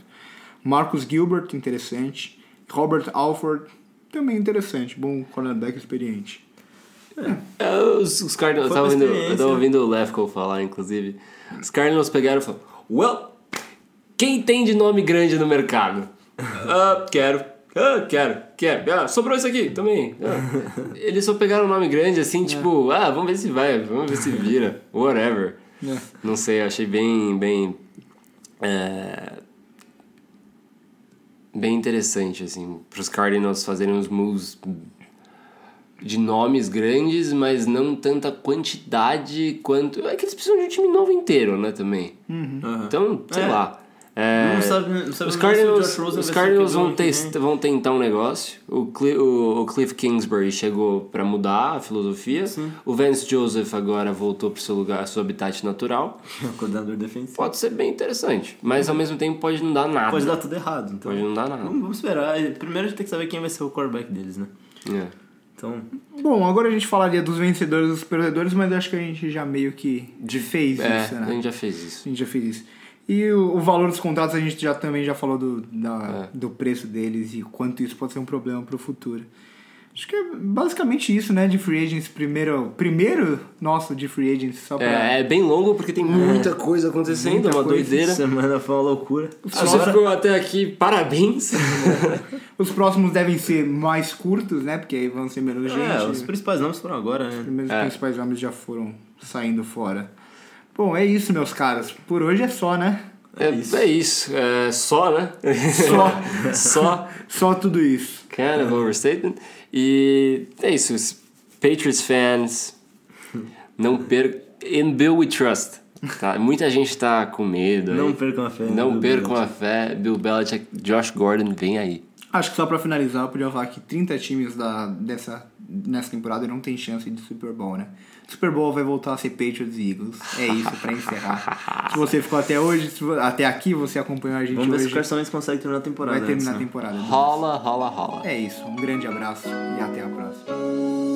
Marcus Gilbert, interessante. Robert Alford, também interessante, bom cornerback experiente. É, Os, os Cardinals, eu Foi uma tava, ouvindo, eu experiência. tava ouvindo o Lefko falar, inclusive. Os Cardinals pegaram e falaram: Well, quem tem de nome grande no mercado? Ah, quero. Ah, quero, quero. Ah, sobrou isso aqui também. Ah. Eles só pegaram um nome grande É. assim, tipo, ah, vamos ver se vai, vamos ver se vira, whatever. É. Não sei, eu achei bem, bem. é, bem interessante, assim, pros Cardinals fazerem uns moves de nomes grandes, mas não tanta quantidade quanto. É que eles precisam de um time novo inteiro, né, também. Aham. Então, sei Uhum. É. lá. É, Não sabe- não sabe os nem Cardinals, se o Josh Rosen os vai ser Cardinals QB1 vão, que vem. test- vão tentar um negócio. O, Cli- o- o Cliff Kingsbury chegou pra mudar a filosofia. O Vance Joseph agora voltou pro seu lugar, seu habitat natural. <laughs> O coordenador defensivo. Pode ser bem interessante, mas ao mesmo tempo pode não dar nada. Pode dar tudo errado, então. Pode não dar nada. Vamos, vamos esperar. É, Primeiro a gente tem que saber quem vai ser o quarterback deles, né? É. Então, Bom, agora a gente falaria dos vencedores e dos perdedores, mas acho que a gente já meio que fez É, isso, a né? gente já fez isso. A gente já fez isso. E o, o valor dos contratos a gente já também já falou do, da- É. do preço deles e quanto isso pode ser um problema pro futuro. Acho que é basicamente isso, né? De free agents, primeiro, primeiro nosso de free agents, só pra. É, é bem longo porque tem <laughs> muita coisa acontecendo, Muita uma coisa. doideira. essa semana foi uma loucura. Se você ficou até aqui, parabéns. Os próximos devem ser mais curtos, né? Porque aí vão ser menos É, os gente. principais nomes foram agora, né? Os primeiros principais nomes já foram saindo fora. Bom, é isso, meus caras. Por hoje é só, né? É, é isso. É só, né? Só. <laughs> só. Só tudo isso. Kind of overstatement. E é isso. os Patriots fans, não percam. And Bill we trust. Tá? Muita gente tá com medo. aí. Não percam a fé. Não Bill percam a fé. Bill Belichick, Josh Gordon, vem aí. Acho que só pra finalizar, eu podia falar que 30 times da, dessa, nessa temporada não tem chance de Super Bowl, né? Super Bowl vai voltar a ser Patriots e Eagles. É isso, pra <laughs> encerrar. se você ficou até hoje, se vo- até aqui, você acompanhou a gente Vamos ver se hoje. o Carson Wentz consegue terminar a temporada. né? vai terminar a antes, né? temporada. Rola, rola, rola. É isso. Um grande abraço e até a próxima.